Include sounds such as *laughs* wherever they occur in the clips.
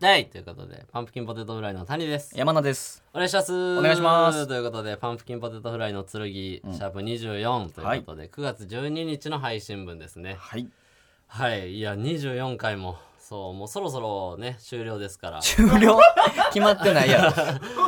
はいということでパンプキンポテトフライの谷です山名です。お願いしますお願いしますということでパンプキンポテトフライの剣、シャープ24ということで、9月12日の配信分ですねはい。はいいや24回もそうもうそろそろね終了ですから終了 *laughs* 決まってないやろ。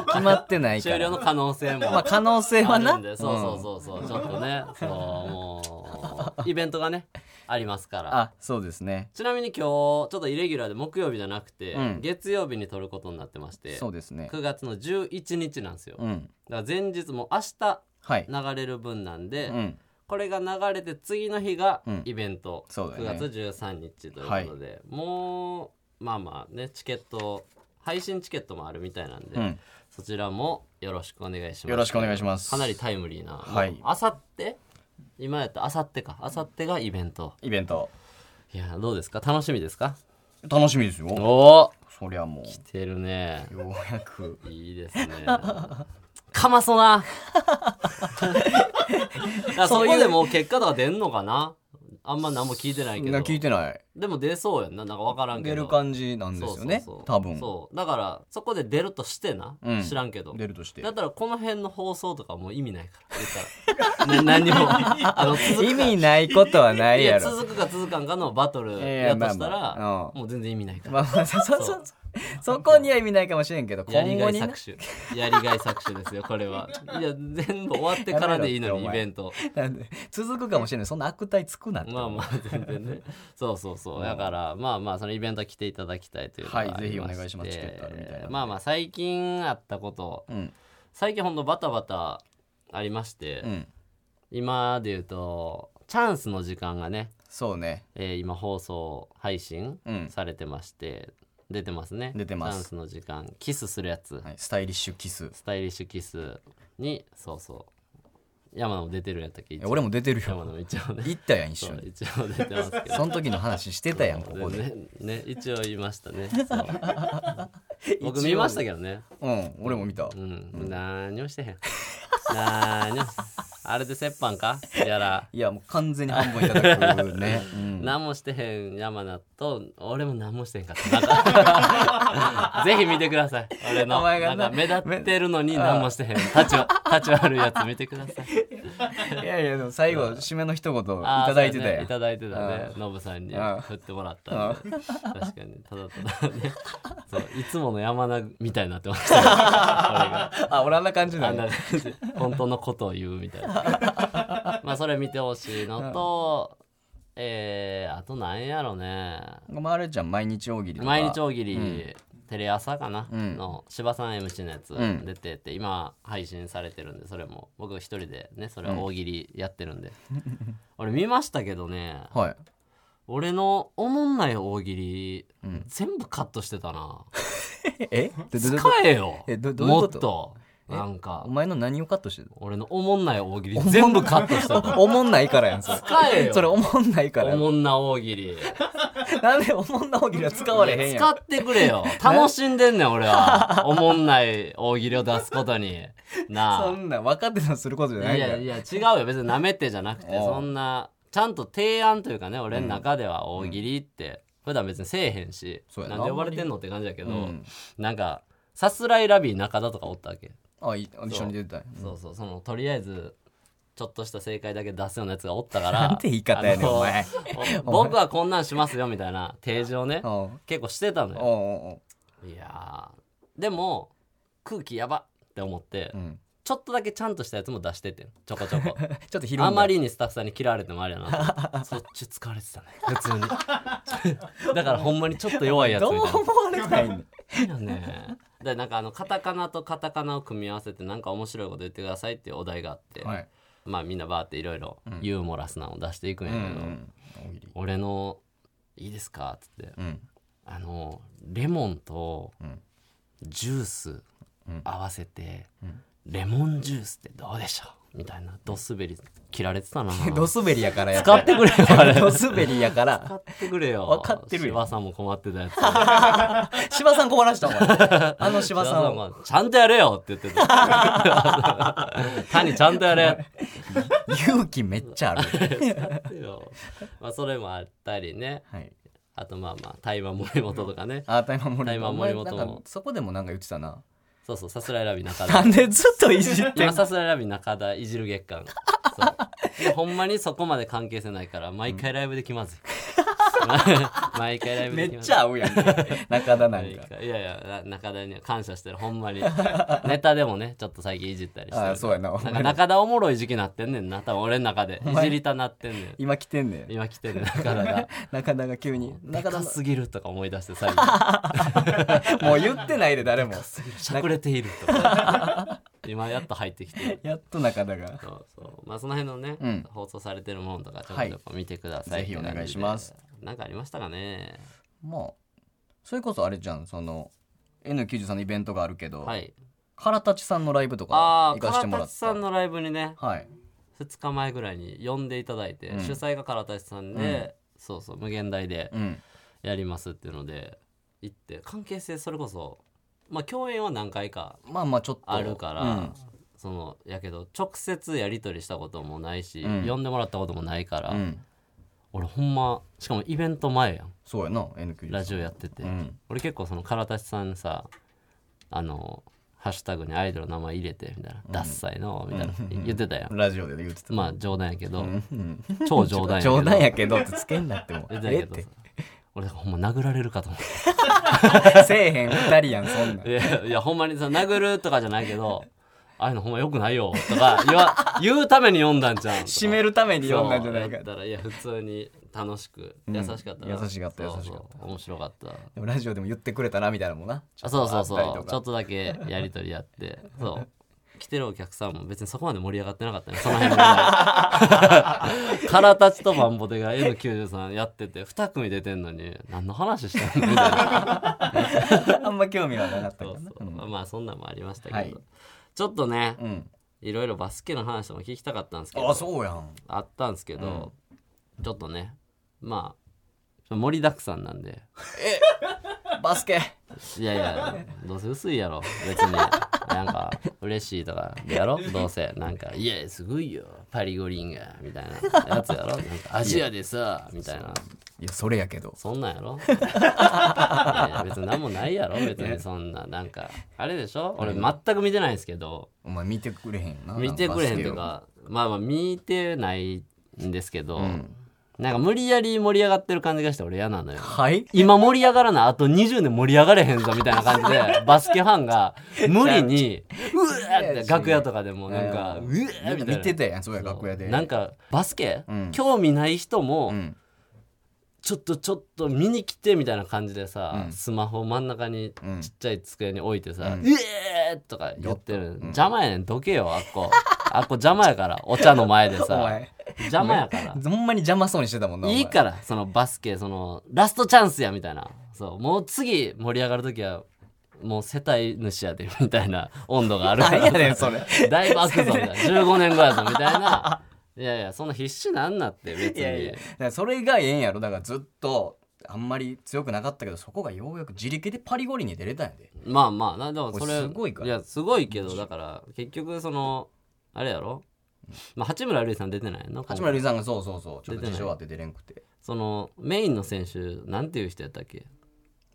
決まってないから。終了の可能性もまあ可能性はあな。るんでそうそううん。そうそう、ちょっとねそうもうイベントがねありますからあ、そうですね。ちなみに今日ちょっとイレギュラーで木曜日じゃなくて、うん月曜日に撮ることになってましてそうですね。 9月の11日なんですよ、だかうん。ら前日も明日はい。流れる分なんで、うん。これが流れて次の日がうんイベント、そうだ9よね月13日ということで、もうまあまあねチケット配信チケットもあるみたいなんで、うん。そちらもよろしくお願いしますよろしくお願いします。かなりタイムリーな。はいもうあさって今やったらあさってか。あさってがイベント。イベント。いや、どうですか楽しみですか楽しみですよ。おそりゃも来てるねう。。ようやく。いい *laughs* ですね。かまそ *laughs* な。いやそこでもう結果とか出んのかなあんま何も聞いてないけなど。聞いてない。でも出そうやんな。なんかわからんけ出ど。る感じなんですよね。そうそうそう多分。そう。だから、そこで出るとしてな。うん知らんけど。出るとしてだ。ったらこの辺の放送とかもう意味ないから。言ったら。ね何にも。あの、続く *laughs* 意味ないことはないいややろ。続くか続かんかのバトルいやいややとしたら、まあまあうんもう全然意味ないから、まあまあ、そうそうそう。そこには意味ないかもしれんけど、や今りが後いにな。搾取やりがい搾取ですよこれ *laughs* はいや全部終わってからでいいのにイやめろってお前ベントなんで *laughs* 続くかもしれない。そんな悪態つくなって。まあまあ全然ねそうそうそう、だからまあまあそのイベントは来ていただきたいというのがはいありぜひお願いしますてチケットあるみたいなんでまあまあ最近あったことうん。最近ほんとバタバタありまして、うん。今で言うとチャンスの時間がね、そうね。えー今放送配信うん。されてまして、出てますね出てますチャンスの時間キスするやつ、はい、スタイリッシュキス。スタイリッシュキスにそうそう山名も出てるやったっけえ俺も出てる山よ。名も一応ね行ったやん、一そ緒うに。一応出てますけどその時の話してた *laughs* やん、ここで。ねね一応言いました *laughs* ねそう僕見ましたけどねうん、俺も見たう。ん、何をしてへん何をあれで折半かやらいや、もう完全に半分いただくね。うん何もしてへん山名と俺も何もしてへんかったな *laughs* んかぜひ見てください俺のお前がななんか目立ってるのに何もしてへん立ちわ立ち悪いやつ見てくださ *laughs* いいやいや、でも最後、締めの一言いあーただいてたそうやねんい。ただいてたねうノブさんにうん振ってもらったんで確かにただただね *laughs* そういつもの山名みたいになってました俺があ、俺あんな感じあなんんなだ。感じ本当のことを言うみたいなまあそれ見てほしいのとえーあとなんやろねまあ、あれちゃん、毎日大喜利とか。毎日大喜利、うんテレ朝かな、うんの柴さん MC のやつうん出てて、今配信されてるんでそれも僕一人でねそれは大喜利やってるん *laughs* で、俺見ましたけどねはい。俺のおもんない大喜利、うん全部カットしてたなえどど使どえよえどどういうもこっととなんおか前の何をカットしてる俺のおもんない大喜利全部カットしてたのおもんないからやん、それ。使えよそれ、おもんないからやおん。もんな大喜利なんでおもんな大喜利は使われへんやん。使ってくれよ楽しんでんねん俺はおもんない大喜利を出すことに *laughs* そなんなん分かってたのすることじゃあないいからやいや違うよ別になめてじゃなくておうそんなちゃんと提案というかね俺の中では大喜利って普段別にせえへんし、そうやななんで呼ばれてんのって感じやけど、うんなんかさすらいラビー中田とかおったわけ、あいい一緒に出てたんやそうそうそのとりあえずちょっとした正解だけ出すようなやつがおったからなんて言い方やねんあのお前お僕はこんなんしますよみたいな提示をねおう結構してたのよおうおういやーでも空気やばって思って、うん *laughs* ちょっとだけちゃんとしたやつも出してってんちょこちょこちょっとひあんまりにスタッフさんに嫌われてもあれや *laughs* なそっち使われてたね普通にだからほんまにちょっと弱いやつどみうた思いわなれたいねんよね。でなんかあのカタカナとカタカナを組み合わせてなんか面白いこと言ってくださいっていうお題があって、はいまあみんなバーっていろいろユーモラスなのを出していくんうやんけうど、ん大喜利俺の「いいですか?」っつってうんあのレモンとうんジュースうん合わせて、うんレモンジュースってどうでしょうみたいなドスベリ切られてた *laughs* なドスベリやからや使ってくれよあれ *laughs* ドスベリやか使らってくれよわかってるよ柴さんも困ってたやつ芝さん困らしたお前あの芝さんをがちゃんとやれよって言ってた。 *laughs* 谷ちゃんとやれ。勇気めっちゃある *laughs* まあそれもあったりね。はいあとまあまあ大麻森本とかねあー大麻森本大麻森本もお前なんかそこでもなんか言って *laughs* たなそうそうさすらいラビ中な田んでずっといじってん *laughs* 今のさすらいラビ中田いじる月間そうでもほんまにそこまで関係性ないから毎回ライブで気まずい毎回ライブめで気っまずいちゃ合うやんね *laughs* 中田なんかいやいやな中田には感謝してるほんまにネタでもねちょっと最近いじったりしてあーそうやなおなんか前中田おもろい時期なってんねんな多分俺の中でい前じりたなってんねん今来てんねん今来てんね *laughs* ん中田が中田が急にで中田かのすぎるとか思い出して最 *laughs* 後もう言ってないで誰もしゃくれているとか *laughs* 今やっと入ってきてるやっと中田がそうそうまあその辺のね、うん放送されてるものとかちょはこいちょこ見てください、ぜひお願いしますなんかありましたかねまあそれこそあれじゃんその N93 のイベントがあるけどはい唐立さんのライブとかああ行か唐せてもら舘っさんたのライブにねはい2日前ぐらいに呼んでいただいて、うん主催が唐舘さんで、そうそう無限大でうんやりますっていうので行って関係性それこそまあ共演は何回かまあまあちょっとあるから、うんそのやけど直接やり取りしたこともないし、うん呼んでもらったこともないから、うん俺ほんましかもイベント前やんそうやな N93 ラジオやってて、うん俺結構その唐舘さんさあのハッシュタグにアイドルの名前入れてみたいな「ダッサいの」みたいな言ってたやん、ラジオで言ってたまあ冗談やけど、うん超冗談やけど冗談やけどってつけん *laughs* なっても言ってたえけっどてさ俺ほんま殴られるかと思っせえへん二人や *laughs* んそんなんて *laughs* いやいやほんまにさ殴るとかじゃないけどああいうのほんまよくないよとか言わ言うために読んだんじゃん締めるために読んだんじゃないそうかやったらいや普通に楽しくん優しかったな、優しかったそうそう優しかっ面白かったでもラジオでも言ってくれたなみたいなのもなあそうそうそあったりうとかちょっとだけやり取りや *laughs* ってそう来てるお客さんも別にそこまで盛り上がってなかったねその辺が *laughs* 空立ちとバンボテが N93 やってて2組出てんのに何の話してんのみたい *laughs* なあんま興味はなかったけそどうなそうまあそんなんもありましたけど、はいちょっとねうんいろいろバスケの話も聞きたかったんですけどあそうやんあったんですけど、ちょっとねまあ盛りだくさんなんでバスケいやい *laughs* やどうせ薄いやろ別になんか嬉しいとかやろどうせなんか「いやすごいよパリ五輪が」みたいなやつやろなんかアジアでさみたいないやそれやけどそんなんや *laughs* ろいやいや別に何もないやろ別にそんななんかあれでしょ俺全く見てないんですけどお前見てくれへんな見てくれへんというバかまあまあ見てないんですけど、んなんか無理やり盛り上がってる感じがして俺嫌なのよスケをはい今盛り上がらないあと20年盛り上がれへんぞみたいな感じで *laughs* バスケファンが無理にうわーって楽屋とかでもなんかうんわうーみたいな見てたやんそうや楽屋でなんかバスケ、うん興味ない人うもんちょっとちょっと見に来てみたいな感じでさ、うんスマホ真ん中にうんちっちゃい机に置いてさ「うんうえー!」とか言ってる、邪魔やねんどけよあっこあっこ邪魔やからお茶の前で *laughs* おさ前邪魔や *laughs* からほんまに邪魔そうにしてたもんなお前いいからそのバスケそのラストチャンスやみたいなそうもう次盛り上がる時はもう世帯主やでみたいな温度があるから *laughs* 何やねんそれ大爆走みたい *laughs* な15年後やぞみたいないやいやそんな必死なんなって別にいやいやだからそれがええんやろだからずっとあんまり強くなかったけどそこがようやく自力でパリ五輪に出れたんやでまあまあなでもそれこれすごいからやすごいけどだから結局そのあれやろ、まあ、八村塁さん出てないの八村塁さんがそうそうそうちょ出っとてない事情あって出れんくてそのメインの選手なんていう人やったっけ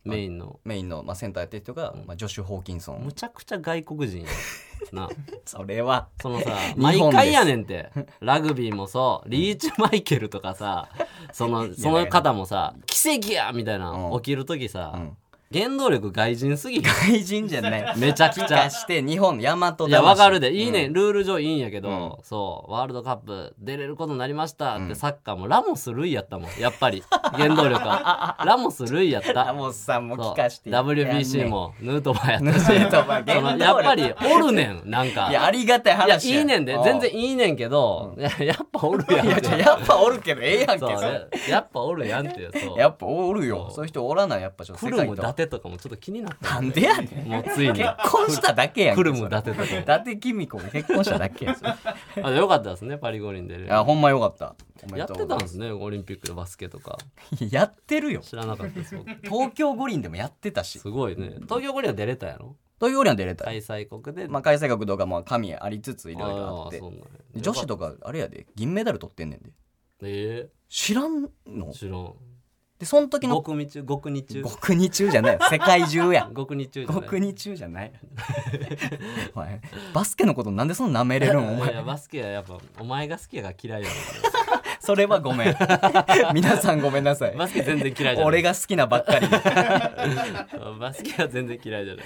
メインのメインの、まあ、センターやってる人が、まあ、ジョシュ・ホーキンソンむちゃくちゃ外国人や *laughs* なそれはそのさ日本で毎す回やねんてラグビーもそうリーチマイケルとかさそのその方もさ奇跡やみたいなうん起きる時さ、うん原動力外人すぎひん外人じゃないめちゃくち気ゃ化して日本大和いやわかるででいいね、ルール上いいんやけど、そうワールドカップ出れることになりましたって、サッカーもラモス・ルイやったもんやっぱり原動力は *laughs* ラモス・ルイやったラモスさんもそう気化して WBC もヌートバーやった *laughs* やんねんちょっとお *laughs* 前そ原動の力やっぱりおるねんなんかいやありがたいいや話いいねんでう全然いいねんけど、いややっぱおるやんいやじゃあやっぱおるけどええやんけそそうれねやっぱおるやんってそうやっぱおるよそうそういう人おらないやっぱちょっとク世ル界ム伊と達とかもちょっと気になったなんでやねんもうついに結婚しただけやんクルム伊達とか伊達公子も結婚しただけやんそれあよかったですねパリ五輪出るいやほんまよかったおめやでっとてうたんですねオリンピックでバスケとかやってるよ知らなかったです僕東京五輪でもやってたしすごいね東京五輪は出れたやろ東京五輪は出れた開催国でまあ、開催国とかも神ありつついろいろあってーそうなんや女子とかあれやで銀メダル取ってんねんでえ知らんのー、知らんでその時の極日中極日中極日中じゃない *laughs* よ世界中や極日中じゃない極日中じゃない *laughs* お前バスケのことなんでそんな舐めれるんおいやいや前バスケはやっぱお前が好きやが嫌いやそれはご *laughs* めん皆さんごめんなさい *laughs* バスケ全然嫌いじゃない俺が好きなば *laughs* っかりバスケは全然嫌いじゃない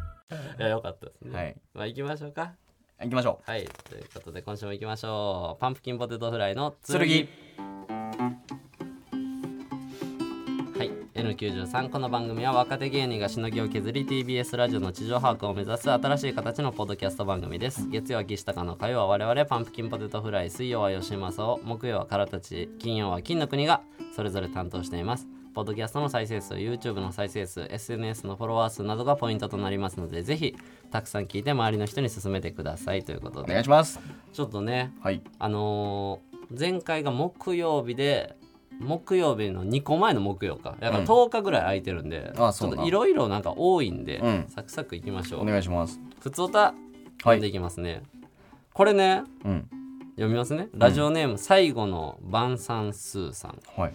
いやよかったですね、はいまあ行きましょうか行きましょはいということで今週も行きましょうパンプキンポテトフライのう剣はい N93 この番組は若手芸人がしのぎを削り TBS ラジオの地上把握を目指す新しい形のポッドキャスト番組です月曜は岸高の火曜は我々パンプキンポテトフライ水曜は吉正を木曜はカラタチ金曜は金の国がそれぞれ担当していますポッドキャストの再生数 YouTube の再生数 SNS のフォロワー数などがポイントとなりますのでぜひたくさん聞いて周りの人に勧めてくださいということおで願いしますちょっとねはいあのー前回が木曜日で木曜日の2個前の木曜かだから10日ぐらい空いてるんで、あちそうょなっといろいろなんか多いんで、うんサクサクいきましょおう願いしますふつおたは読いんでいきますね、これねうん読みますねラジオネーム、最後の晩餐スーさんはい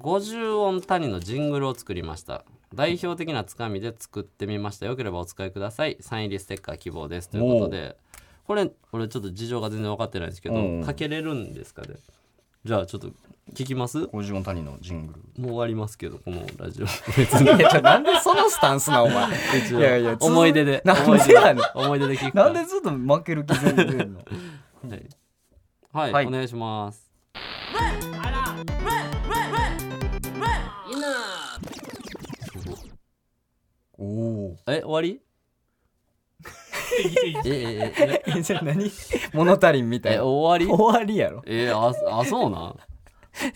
50音谷のジングルを作りました代表的なつかみで作ってみましたよければお使いくださいサイン入りステッカー希望ですということでこれ俺ちょっと事情が全然分かってないんですけどうんかけれるんですかねじゃあちょっと聞きますも五十音谷のジングルう終わりますけどこのラジオ *laughs* 別いにやちょなんでそのスタンスなお前一応いやいや続思い出でなん思い出でやねん思い出で聞くなんでずっと負ける気全然出 *laughs* るのはい、はいはいお願いしますおおえ終わ *laughs* りえええええじゃあ何物足りんみたいえな終わり終わりやろえああそうなん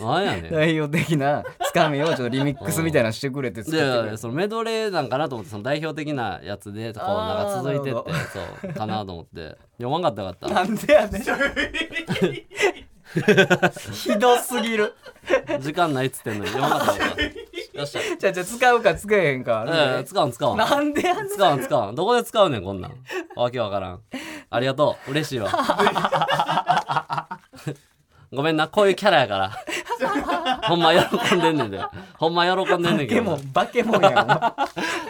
なんやねん代表的なつかみをちょっとリミックスみたいなのしてくれて作ってくでれそのメドレーなんかなと思ってその代表的なやつでこうあなーんか続い *laughs* てっなるてそうかなと思って読まんかったよかっなんでやねん *laughs* ひどすぎるた時間ないっつってんのに読まんかったよかったよっしゃじゃあじゃあ使うか使えへんかあるねええ使うん使うんなんでやねん使うん使うんどこで使うねんこんなんわけわからんありがとう嬉しい *laughs* わごめんなこういうキャラやからほんま喜んでんねんでほんま喜んでんねんけでどもバケモンや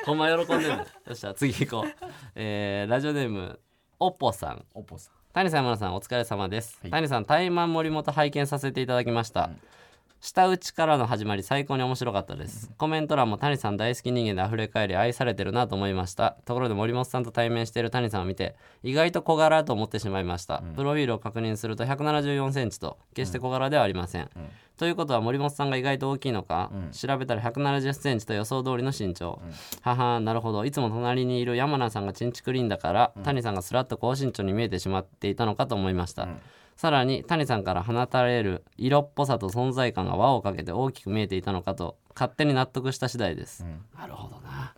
ほんま喜んでんねんよっしゃ次行こうえー、ラジオネームおぽさんおぽさん谷さん、山田さん、お疲れ様です。谷さん、対マン森本拝見させていただきました。下打ちからの始まり、最高に面白かったです。コメント欄も谷さん大好き人間で溢れ返り、愛されてるなと思いました。ところで森本さんと対面している谷さんを見て、意外と小柄と思ってしまいました。プロフィールを確認すると174センチと、決して小柄ではありません。ということは森本さんが意外と大きいのか、調べたら1 7 0センチと予想通りの身長、ははなるほどいつも隣にいる山名さんがチンチクリーンだから、谷さんがすらっと高身長に見えてしまっていたのかと思いました、さらに谷さんから放たれる色っぽさと存在感が輪をかけて大きく見えていたのかと勝手に納得した次第です、なるほどな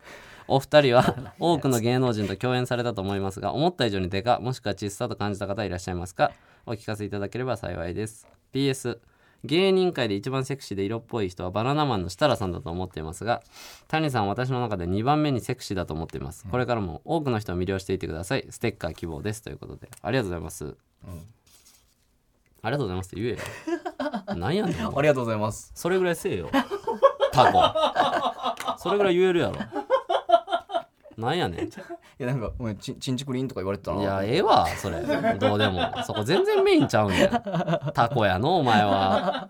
お二人は多くの芸能人と共演されたと思いますが思った以上にデカもしくは小さと感じた方いらっしゃいますかお聞かせいただければ幸いです PS 芸人界で一番セクシーで色っぽい人はバナナマンの設楽さんだと思っていますが谷さんは私の中で2番目にセクシーだと思っていますこれからも多くの人を魅了していってくださいステッカー希望ですということでありがとうございます、ありがとうございますって言えよなんやねんお前ありがとうございますそれぐらいせえよタコそれぐらい言えるやろなんやねんいやなんかお前ちんちんちくりんとか言われてたないやええわそれどうでもそこ全然メインちゃうんやタコやのお前は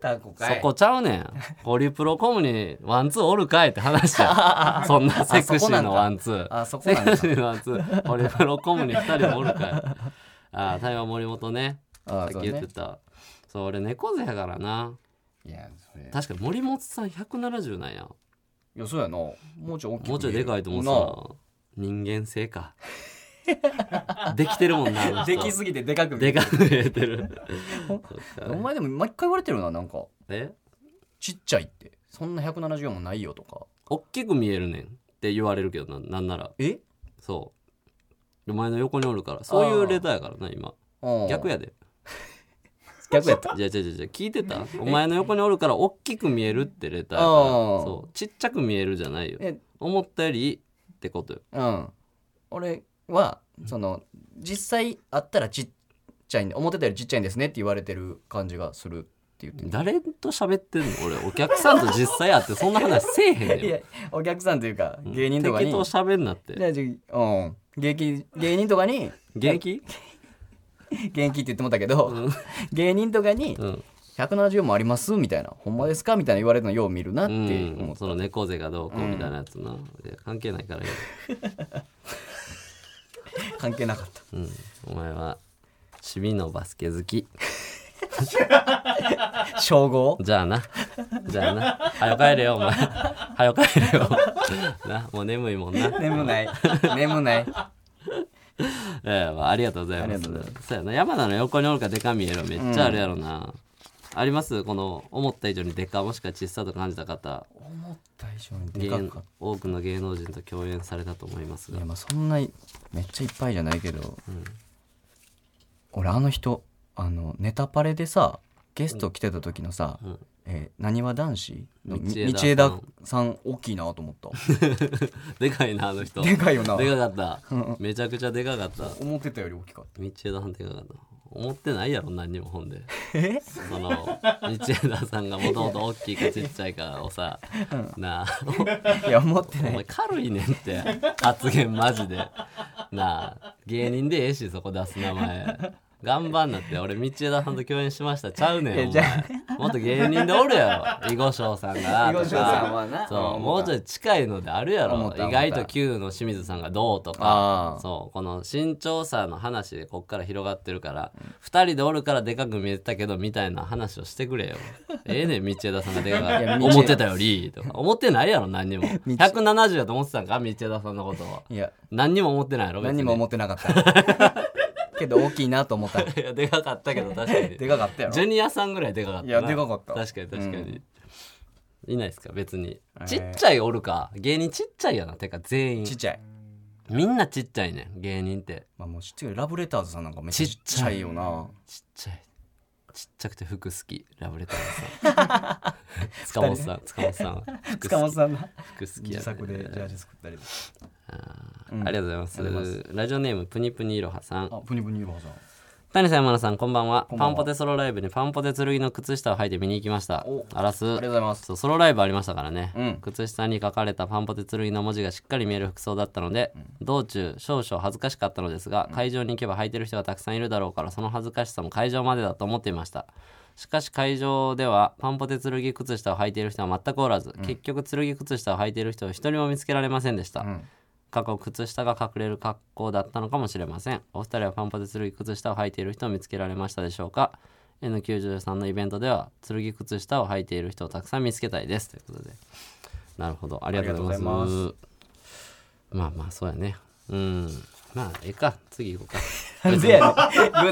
タコそこちゃうねんホリプロコムにワンツーおるかいって話やそんなセクシーのワンツあーそこセなんだ *laughs* クシーのワンツーホリプロコムに2人もおるかいああ台湾森本ねさあっそうき言っねてたそう俺猫背やからないやそれ確かに森本さん170なんやいやそうやなもうちょい大きくもうちょいでかいと思なあってた人間性か *laughs* できてるもんなあの人できすぎてでかく見えでる *laughs* かく見えてるそっかお前でも毎回言われてるななんかえちっちゃいってそんな174もないよとかおっきく見えるねんって言われるけどななんならえそうお前の横におるからそういうレターやからな今逆やで逆やったじゃあじゃあじゃあじゃあ聞いてたお前の横におるから大きく見えるってレターやからあーそうちっちゃく見えるじゃないよえ思ったよりってことようん俺はその実際あったらちっちゃいんで思ってたよりちっちゃいんですねって言われてる感じがするって言って誰と喋ってんの俺お客さんと実際会ってそんな話せえへんねんいやお客さんというか芸人とかに適当喋んなってじゃあじゃあうん芸人芸人とかに元気元気って言ってもったけど、芸人とかにうん、 170もありますみたいなほんまですかみたいな言われるのよう見るなっうて思んっ、た、その猫背がどうこうみたいなやつな、いや関係ないからいいよ関係なかったうん、お前は趣味のバスケ好き称号じゃあなじゃあなはよ帰れよお前はよ帰れよなもう眠いもんな眠ない眠ないええまあ、ありがとうございまありがすとうございそうやな山田の横におるからでか見えるめっちゃあるやろな、ありますこの思った以上にでかもしくは小さと感じた方思った以上にで芸かかっ多くの芸能人と共演されたと思いますたいがやまあそんなめっちゃいっぱいじゃないけど、俺あの人あのネタパレでさゲスト来てた時のさ、んえーなにわ男子の道み枝道枝さん大きいなと思ったでかいなあの人でかいよなでかかっためちゃくちゃでかかった思ってたより大きかっ道枝さんでかかった思ってないやろ何にも本でたえその道枝さんがもともと大きいかちっちゃいかをさ、なあいや思っておない前軽いねんって発言マジでなあ芸人でええしそこ出す名前頑張んなって俺道枝さんと共演しましたちゃうねんおいやじ前ゃもっと芸人でおるやろ囲碁将さんが囲碁と将さんはかなそううんもうちょい近いのであるや思ろった意外と Q の清水さんがどうとあかーそうこの身長差の話でこっから広がってるから2人でおるからでかく見えてたけどみたいな話をしてくれよええねん道枝さんがでかかいやっ道枝思ってたよりとか思ってないやろ何にも170だと思ってたんか道枝さんのことをいや何にも思ってないやろ何も思っってなかった。けど大きいなと思った。 *laughs* ていやでかかったけど確かに *laughs* でかかったやろ。ジュニアさんぐらいでかかったないやでかかった確かに確かに、いないですか別にーちっちゃいおるか芸人ちっちゃいやなてか全員ちっちゃい。みんなちっちゃいねん芸人ってまあもうちっちゃいラブレターズさんなんかめっちゃちちっっちちゃゃいいよな。ちっちゃいちっちゃくて服好きラブレターズさん塚本さん塚本さん服好きさんな。服好きや自ね作でジャージ作ったり。ありがとうございます。ラジオネームプニプニいろはさん。あ、プニプニユーバーさん。谷さん、山田さん、こんばんは。んばんパはンポテソロライブにパンポテ剣の靴下を履いて見に行きましたお。あらす。ありがとうございます。そうソロライブありましたからね、うん靴下に書かれたパンポテ剣の文字がしっかり見える服装だったので、道中少々恥ずかしかったのですが、会場に行けば履いてる人がたくさんいるだろうからその恥ずかしさも会場までだと思っていましたしかし会場ではパンポテ剣靴下を履いている人は全くおらず、結局剣靴下を履いている人を一人も見つけられませんでした、過去靴下が隠れる格好だったのかもしれませんお二人はパンポテ剣靴下を履いている人を見つけられましたでしょうか N93 のイベントでは剣靴下を履いている人をたくさん見つけたいですということでなるほどありがとうございますありがとうまあまあそうやねうんまあええか次行こうかなんでやねん。グ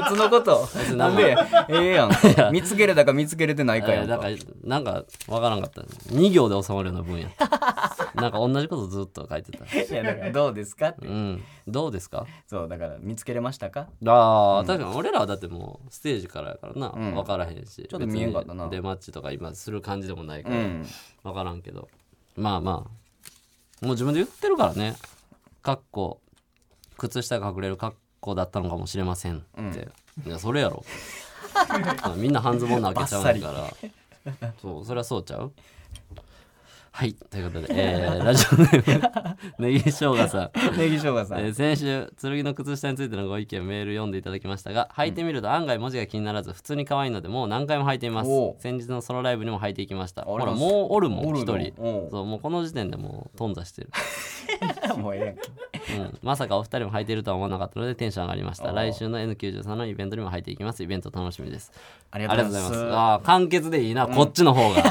ッズのこと。 *laughs* なんでや。ええやん。見つけれたか見つけれてないかえやーんなんかか。なんかわからんかった2行で収まるような文やったなんか同じことずっと書いてたいやだからどうですかってう。んどうですかそうだから見つけれましたか。ああ、確かに俺らはだってもうステージからやからな、分からへんしちょっと見えんかったな出マッチとか今する感じでもないかうら、ん。分からんけどまあまあもう自分で言ってるからねかっこ靴下が隠れる格好だったのかもしれませんって、いやそれや *laughs* ろまあみんな半ズボンなわけちゃうんだからそうそれはそうちゃうはいということで、えー、ラジオネー *laughs* ムネギしょうがさんネギショウガさえん。ー先週剣の靴下についてのご意見メール読んでいただきましたが履いてみると案外文字が気にならず普通に可愛いのでもう何回も履いていますおう先日のソロライブにも履いていきましたほありらますもうおるもおんる一の人おうそうもうこの時点でもう頓挫してる、もうええやんけ。うん、まさかお二人も履いているとは思わなかったのでテンション上がりました来週の N93 のイベントにも履いていきますイベント楽しみですあありりががととううごござざいいますます。ああー完結でいいな、こっちの方が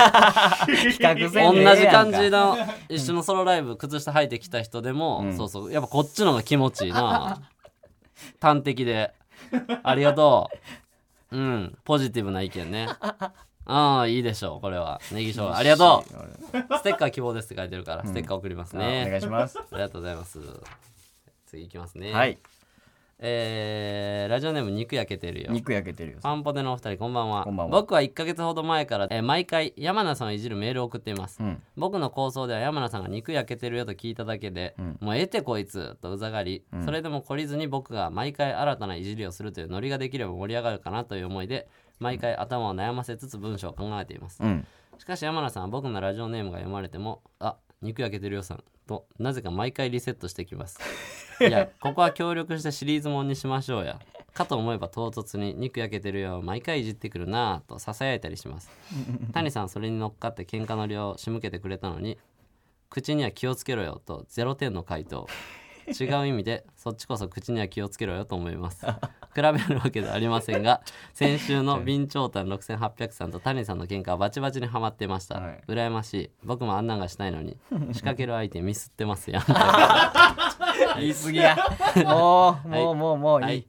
比較せ同んでええやんじか感じ。の一緒のソロライブ靴下履いてきた人でも、そうそうやっぱこっちの方が気持ちいい *laughs* な *laughs* 端的でありがとううんポジティブな意見ねああいいでしょうこれはネギ醤油ありがとうステッカー希望ですって書いてるからステッカー送りますね、お願いしますありがとうございます次いきますねはいえーラジオネーム肉焼けてるよ肉焼けてるよパンポテのお二人こんばんはこんばんは僕は1ヶ月ほど前から、えー毎回山名さんをいじるメールを送っています、うん僕の構想では山名さんが肉焼けてるよと聞いただけで、んもうええてこいつとうざがり、それでも懲りずに僕が毎回新たないじりをするというノリができれば盛り上がるかなという思いで毎回頭を悩ませつつ文章を考えています、うんしかし山名さんは僕のラジオネームが読まれても「あ肉焼けてるよさん」となぜか毎回リセットしてきますいやここは協力してシリーズもんにしましょうやかと思えば唐突に「肉焼けてるよ」を毎回いじってくるなぁと囁いたりします谷さんそれに乗っかって喧嘩の量を仕向けてくれたのに口には気をつけろよと0点の回答違う意味でそっちこそ口には気をつけろよと思います比べるわけではありませんが先週の備長炭6800さんと谷さんの喧嘩はバチバチにはまってました、はい羨ましい僕もあんなんがしたいのに仕掛ける相手ミスってますやん言い過ぎ *laughs* やもうもうもうもうはいいい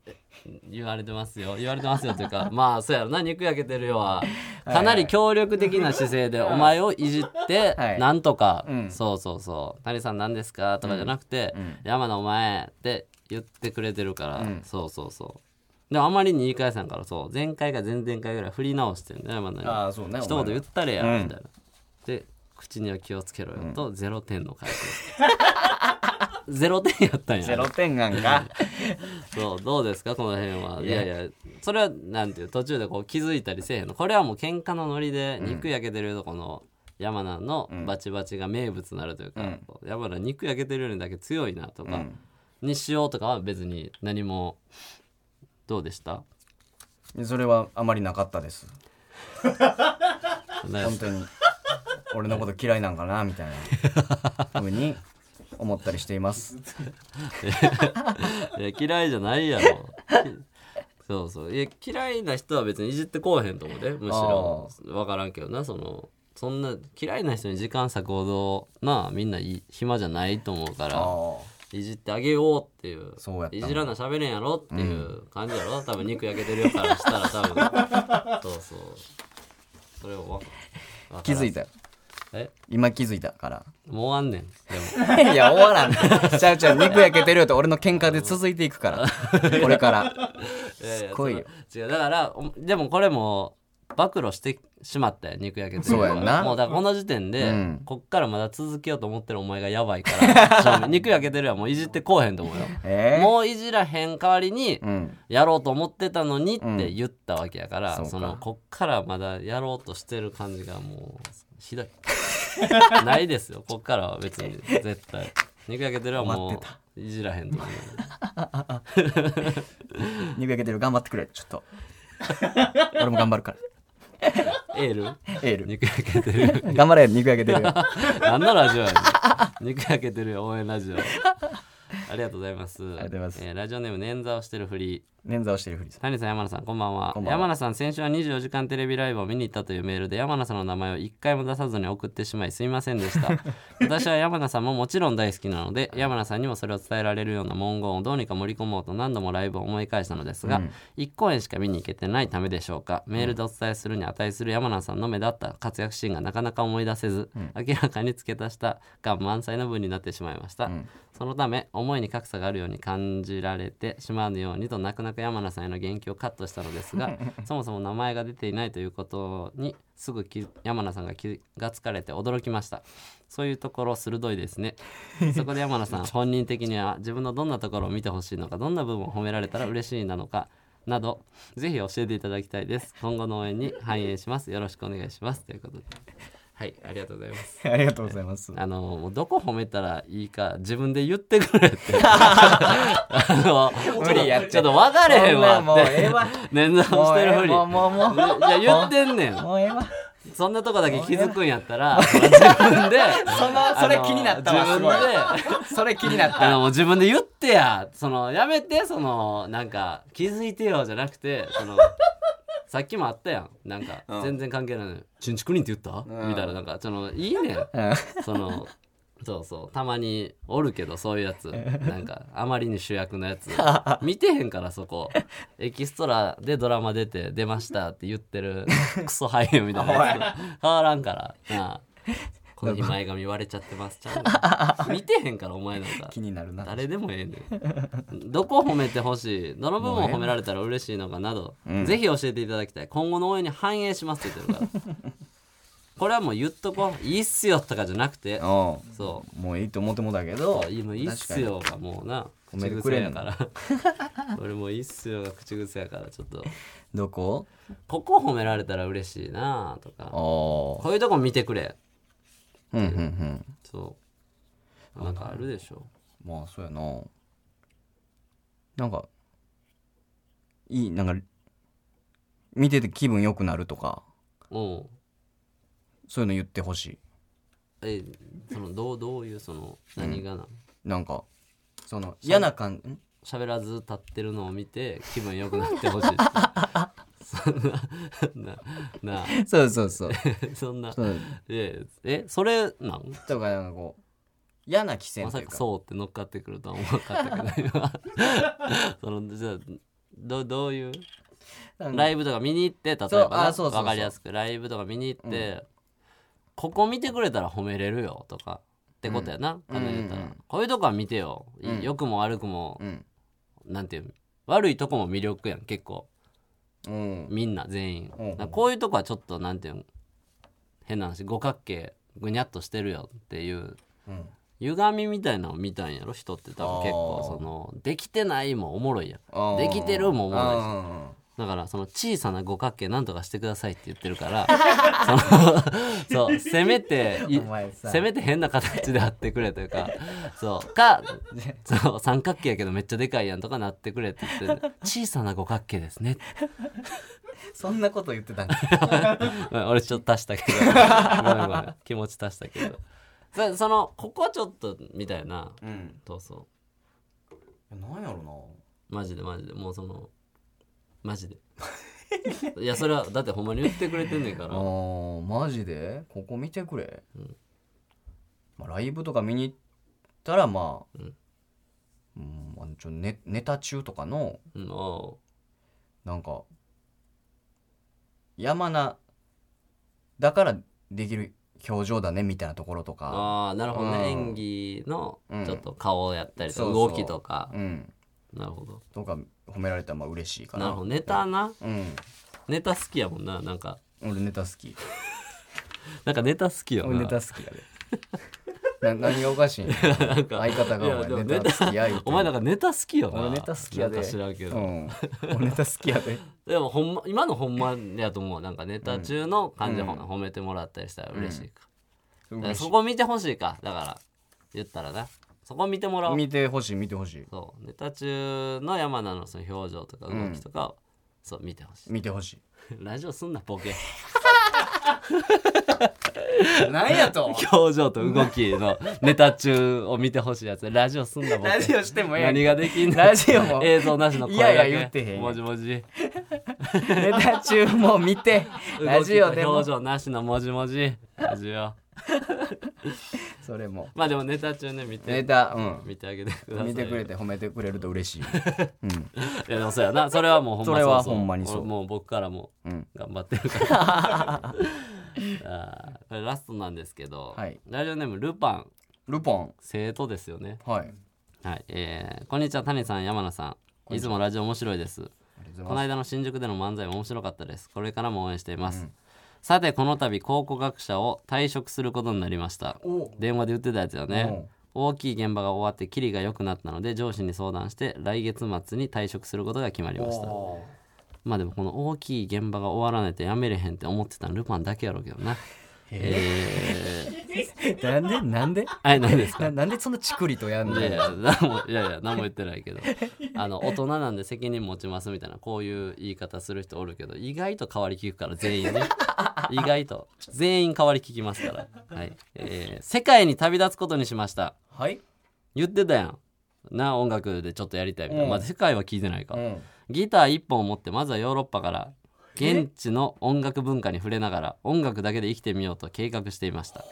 言われてますよ言われてますよというか *laughs* まあそうやろな肉焼けてるよはかなり協力的な姿勢でお前をいじってはいなんとか、うんそうそうそう「谷さん何ですか?」とかじゃなくて「山田お前」って言ってくれてるから、そうそうそうでもあまりに言い返さんからそう前回か前々回ぐらい振り直してんだよ山田にああそうね一言言ったれや、お前はみたいなで口には気をつけろよと0点の回 *laughs* 答0点やったんやゼロ点なんかそうどうですかこの辺はいやいやそれはなんていう途中でこう気づいたりせえへんのこれはもう喧嘩のノリで肉焼けてるとこの山名のバチバチが名物になるというか、こう山名肉焼けてるよりだけ強いなとかにしようとかは別に何もどうで *laughs* したそれはあまりなかったですね本当に俺のこと嫌いなんかなみたいなふうに思ったりしていますいや嫌いじゃないやろそうそういや嫌いな人は別にいじってこうへんと思うでむしろ分からんけどなそのそんな嫌いな人に時間差行動なあみんないい暇じゃないと思うからあいじってあげようっていうそうやったないじらな喋れんやろっていう感じやろ、多分肉焼けてるよからしたら多 *laughs* 分そうそうそれをわあ気づいたえ今気づいたからもうあんねんでも *laughs* いや、終わらん。ちゃうちゃう、肉焼けてるよと俺の喧嘩で続いていくから。 *laughs* これから。いやいやすごいよその違うだからおでもこれも暴露してしまったよ肉焼けてるそうやんなもうだからこの時点で、うんこっからまだ続けようと思ってるお前がやばい *laughs* からそう肉焼けてるはもういじってこうへんと思うよ、えーもういじらへん代わりに、うん。やろうと思ってたのにって言ったわけやから、そうかそのこっからまだやろうとしてる感じがもうひ *laughs* どいないですよこっからは別に絶対肉焼けてるは終わもってういじらへんと思う肉焼けてる頑張ってくれ。ちょっと。俺も頑張る *laughs* から。エール *laughs* エール。肉焼けてる頑張れ、肉焼けてる *laughs* よ。 *laughs* 何のラジオやねん *laughs* 肉焼けてるよ応援ラジオありがとうございますありがとうございますえーラジオネーム捻挫をしてるふり捻挫をしてるふりさん。谷さん山名さんこんばんはんばんは山名さん先週は24時間テレビライブを見に行ったというメールで山名さんの名前を一回も出さずに送ってしまいすいませんでした *laughs* 私は山名さんももちろん大好きなので山名さんにもそれを伝えられるような文言をどうにか盛り込もうと何度もライブを思い返したのですが、1公演しか見に行けてないためでしょうかメールでお伝えするに値する山名さんの目立った活躍シーンがなかなか思い出せず、明らかに付け足したが満載の文になってしまいました、そのため思いに格差があるように感じられてしまうようにと泣く泣く山名さんへの言及をカットしたのですがそもそも名前が出ていないということにすぐき山名さんが気がつかれて驚きましたそういうところ鋭いですねそこで山名さん本人的には自分のどんなところを見てほしいのかどんな部分を褒められたら嬉しいなのかなどぜひ教えていただきたいです今後の応援に反映しますよろしくお願いしますということではいありがとうございますありがとうございます。あのもうどこ褒めたらいいか自分で言ってく *laughs* れってあの無理やってちょっと分かれへんわもうってええわ。捻挫をしてるふりもうもうもうもういや言ってんねんもうええわ。そんなとこだけ気づくんやったら自分で *laughs* その、それ気になったわ。あのすごい自分それ気になった。あのもう自分で言ってやそのやめてそのなんか気づいてよじゃなくてそのさっきもあったやんなんか *laughs* 全然関係ないのに「チュンチクリンって言った?」みたいななんかそのいいねんうんそのそうそうたまにおるけどそういうやつなんかあまりに主役のやつ見てへんからそこエキストラでドラマ出て出ましたって言ってるクソ俳優みたいなやつ変わらんからなあこの日前髪割れちゃってますちゃんと見てへんからお前なんか気になるな誰でもええねん *laughs* どこ褒めてほしいどの部分を褒められたら嬉しいのかなど、ぜひ教えていただきたい今後の応援に反映しますって言ってるから *laughs* これはもう言っとこういいっすよとかじゃなくてうんもそうういいと思ってもだけどいいもういいっすよがもうな褒口めてく癖れんやのから *laughs* 俺もういいっすよが口癖やからちょっとどこここ褒められたら嬉しいなとああかこういうとこ見てくれうんうんうんそうなんかあるでしょまあそうやななんかいいなんか見てて気分良くなるとかうんそういうの言ってほしいえそのどうどういうその何がななんかその嫌な感ん喋らず立ってるのを見て気分良くなってほしい *laughs* そんなななそうそう *laughs* そうそんなそうええそれなんとかなんかこう嫌な気せんまとさいうかかそうって乗っかってくるとは思わなかったけど今そのじゃあどどういうなんかライブとか見に行って例えばそうなあそうそうそうわかりやすくライブとか見に行って、ここ見てくれたら褒めれるよとかってことやな、うんあの言ったら、うんうんこういうとこは見てよ、いうん良くも悪くもう、んなんていう悪いとこも魅力やん結構うんみんな全員、うんうんなんかこういうとこはちょっとなんていうん変な話五角形ぐにゃっとしてるよっていううん歪みみたいなのを見たんやろ人って多分結あ構ーそのできてないもおもろいやんあーできてるもおもろいしあだからその小さな五角形なんとかしてくださいって言ってるから *laughs* そのそうせめていお前させめて変な形であってくれという *laughs* かそうかそう三角形やけどめっちゃでかいやんとかなってくれって言って小さな五角形ですねーそんなこと言っ *laughs* てたんかうん俺ちょっと足したけどごめんごめん気持ち足したけどそそのここちょっとみたいなうんそうそなんやろうマジでマジでもうそのマ *laughs* ジでいやそれはだってほんまに言ってくれてんねんかならあーマジでここ見てくれ、まあ、ライブとか見に行ったらまあ、うんまあちょネネタ中とかのうんおなんか山名だからできる表情だねみたいなところとうかああなるほどね、うん演技のうんちょっと顔やったりとそかうそう動きとかうんなるほどとか褒められたらまあ嬉しいかななるほどネタなうんネタ好きやもんななんか俺ネタ好 *laughs* きなんかネタ好きよ俺なネタ好 *laughs* きやでな何がおかしいんなんか相方がいやお前でもネタ好きや言うてお前なんかネタ好きよな俺ネタ好きやでなんか知らんけど、うん、俺ネタ好きやででもほん、ま、今のほんまやと思うなんかネタ中の感じを褒めてもらったりしたら嬉しいか,、だからそこ見てほしいかだから言ったらなそこ見てもらおう見てほしい見てほしいそうネタ中の山名のその表情とか動きとかを、そう見てほしい *laughs* 見てほしラジオすんなボケい *laughs* 何や *laughs* と *laughs* 表情と動きのネタ中を見てほしいやつラジオすんなボケラジオしてもええやん何ができんのラジオも映像なしの声だけいやいや言ってへんやんもじもじネタ中も見 *laughs* てラジオ動きでとも表情なしのもじもじラジオそれもまあでもネタ中ね見てネタうん見てあげてください見てくれて褒めてくれると嬉しいいやでもそうやなそれはもうほんまそれはううほんまにそう俺もう僕からもうん頑張ってるから、 *laughs* あーこれラストなんですけど、はいラジオネームルパンルポン生徒ですよねはいはい、えーこんにちは谷さん山名さんいつもラジオ面白いですこの間の新宿での漫才も面白かったですこれからも応援しています、さてこの度考古学者を退職することになりましたお電話で言ってたやつよね大きい現場が終わってキリが良くなったので上司に相談して来月末に退職することが決まりましたまあでもこの大きい現場が終わらないとやめれへんって思ってたのルパンだけやろうけどなえー、なんでなんであれ何ですかななんでそんなチクリとやんいやいで *laughs* や何もいやいや何も言ってないけどあの大人なんで責任持ちますみたいなこういう言い方する人おるけど意外と変わり聞くから全員ね *laughs* 意外と全員変わり聞きますから、はいえー世界に旅立つことにしましたはい言ってたやんな音楽でちょっとやりたいみたいな、うんまだ世界は聞いてないか、うんギター1本を持ってまずはヨーロッパから現地の音楽文化に触れながら音楽だけで生きてみようと計画していました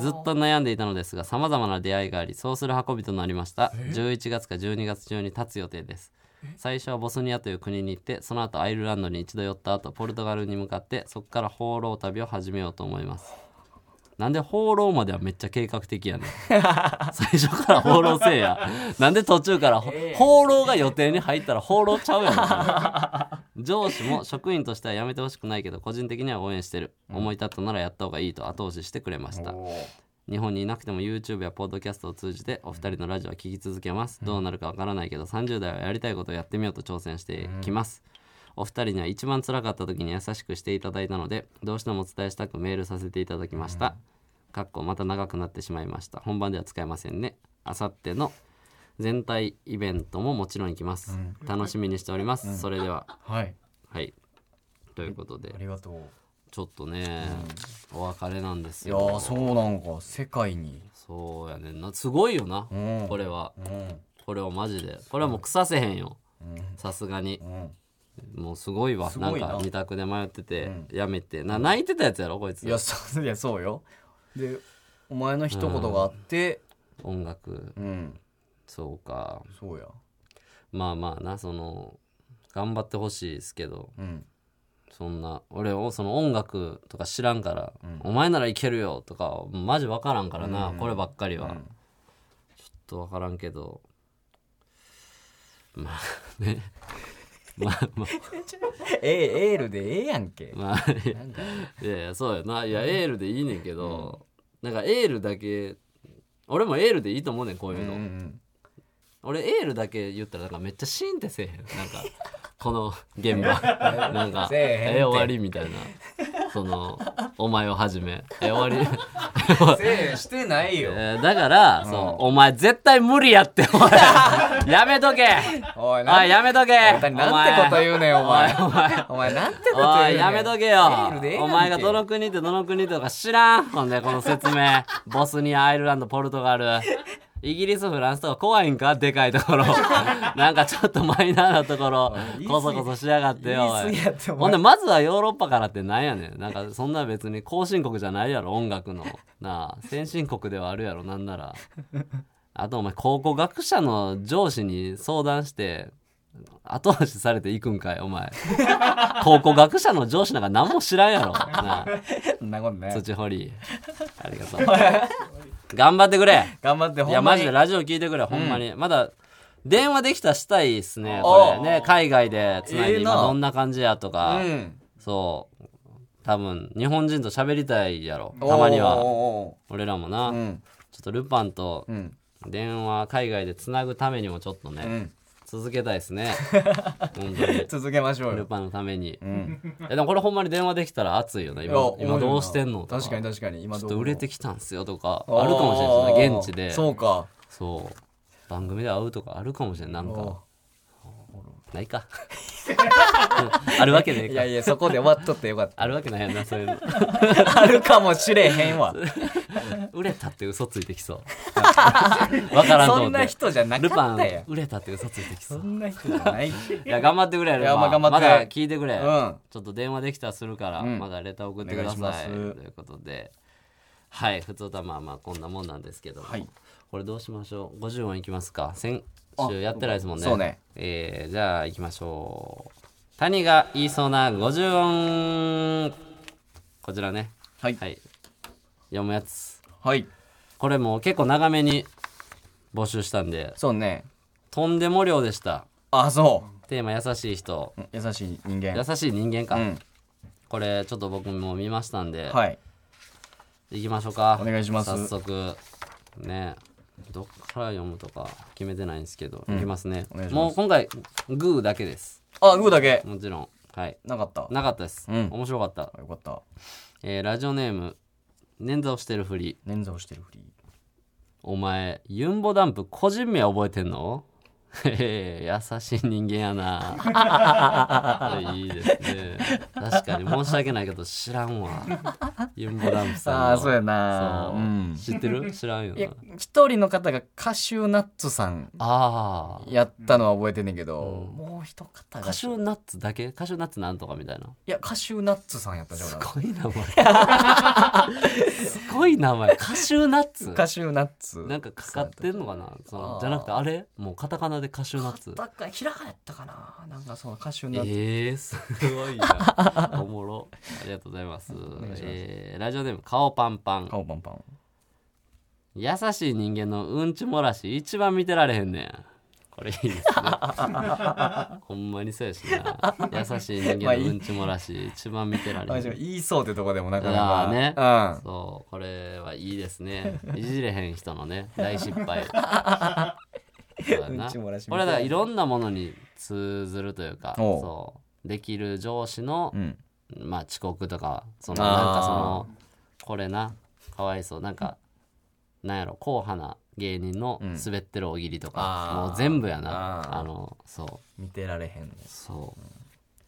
ずっと悩んでいたのですが様々な出会いがありそうする運びとなりました11月か12月中に立つ予定です最初はボスニアという国に行ってその後アイルランドに一度寄った後ポルトガルに向かってそこから放浪旅を始めようと思いますなんで放浪まではめっちゃ計画的やねん最初から放浪せえやなんで途中からほ放浪が予定に入ったら放浪ちゃうやん上司も職員としては辞めてほしくないけど個人的には応援してる、思い立ったならやった方がいいと後押ししてくれました日本にいなくても YouTube やポッドキャストを通じてお二人のラジオは聞き続けます、どうなるかわからないけど30代はやりたいことをやってみようと挑戦してきます、お二人には一番辛かった時に優しくしていただいたのでどうしてもお伝えしたくメールさせていただきました、かっこまた長くなってしまいました本番では使えませんねあさっての全体イベントももちろん行きます、楽しみにしております、それでははいはい。ということであ、りがとうちょっとね、お別れなんですいやよ。ーそうなんか世界にそうやねんな。すごいよな、んこれは。うんこれはマジで。これはもう腐せへんよん。さすがにう。んもうすごいわ。すなごんいなか二択で迷ってて、やめて。な、泣いてたやつやろ、こいつい。やそういやそうよでお前の一言があって音楽。うんそうか。そうやまあまあな、その、頑張ってほしいですけど、うんそんな、俺をその音楽とか知らんから、お前ならいけるよとか、マジわからんからな、こればっかりは。ちょっと分からんけどまあね *laughs* まあまあえエールでええやんけまあいやいやいやそうやないやエールでいいねんけど、なんかエールだけ俺もエールでいいと思うねんこういうの、うん俺エールだけ言ったらなんかめっちゃシーンってせえへんなんかこの現 *laughs* 場なんかせえへんってえ終わりみたいなそのお前をはじめえ終 *laughs* わりせえしてないよえーだから、そう、お前絶対無理やって、お前。やめとけ。おいお、ないんやめとけ。なんてこと言うねんお前お前お前なんてこと言うおねい、んやめとけエールでええやんよ。けお前がどの国ってどの国とか知らん。ほんで、この説明。ボスニア、アイルランド、ポルトガル。イギリス、フランスとか怖いんかでかいところ。なんかちょっとマイナーなところおい、言こい過そぎこそしやがってよ。お言い過ぎやってお前ほんで、まずはヨーロッパからってなんやねん。なんかそんな別に後進国じゃないやろ、音楽の。なあ、先進国ではあるやろ、なんなら。あとお前考古学者の上司に相談して後押しされていくんかいお前考古学者の上司なんか何も知らんやろなそんなことあね土堀ありがとう頑張ってくれ頑張ってほいんやまにマジでラジオ聞いてくれほんまに、まだ電話できたらしたいっすねおうこれね海外でつないでええ今などんな感じやとか、うんそう多分日本人と喋りたいやろたまにはお俺らもな、ーおーおーうんちょっとルパンとうん電話海外でつなぐためにもちょっとね、うん続けたいです *laughs* ね本当に続けましょうルよパンのために、んえでもこれほんまに電話できたら熱いよねいや今思うよ今などうしてんのとか確かに確かに今ちどょうっと売れてききたんすよとかあるかもしれないですね現地でそうかそう番組で会うとかあるかもしれんなんおうかないか *laughs* あるわけねえいかやいやそこで終わっとってよかったあるわけないやんなそういうの *laughs* あるかもしれへんわ売れたって嘘ついてきそうわからんと思ってそんな人じゃなルかパったやンん売れたって嘘ついてきそそうんな人じゃないいや頑張ってくれルパンいやまあ頑張まってだ聞いてくれ、うんちょっと電話できたらするから、んまだレター送ってくだお願いさい。しとますいうことで、はい、普通たまあまあこんなもんなんですけども、はいこれどうしましょう ?50 音いきますか先週やってないですもんね。そうねえーじゃあいきましょう。谷が言いそうな50音。こちらね。は *laughs* いはい。読むやつ。はいこれもう結構長めに募集したんで、そうねとんでも量でした。あそテーマ優しい人。う優しい人間優しい人間か。うんこれちょっと僕も見ましたんで、はい行きましょうかお願いします早速ねどっから読むとか決めてないんですけど、行きますねお願いしますもう今回グーだけですあグーだけもちろんはいなかったなかったです、うん面白かった、あよかったえーラジオネーム捻挫をしてるふり捻挫をしてるフリお前ユンボダンプ個人名覚えてんの *laughs* へえ優しい人間やな *laughs* いいですね確かに申し訳ないけど知らんわユンボダンプさんはあーそうやなそううん知って *laughs* る知らんよいやな一人の方がカシューナッツさんああやったのは覚えてんねんけど、うんもう一方がカシューナッツだけカシューナッツなんとかみたいないやカシューナッツさんやったじゃすんごい名前すごい名前カシューナッツカシューナッツなんかかかってんのかなそのじゃなくてあれもうカタカナでカシューナッツだからひらがなやったかななんかそのカシューナッツ、えー、すごいなおもろありがとうございます願いしますえーラジオネーム顔パンパン顔パンパン優しい人間のうんち漏らし一番見てられへんねんこれいい *laughs* ですねほんまにそうやしな優しい人間のうんち漏らし一番見てられまへあんでねもん言いそうってとこでもなかなあかあね、うんそうこれはいいですねいじれへん人のね大失敗そうやなうんち漏らしみたいなこれはだからいろんなものに通ずるというかおうそうできる上司の、うんまあ、遅刻とかそのあーなんかそのこれなかわいそうなんかなんやろ硬派な芸人のうん滑ってる大喜利とか、あーもう全部やなあーあのそう見てられへんねそう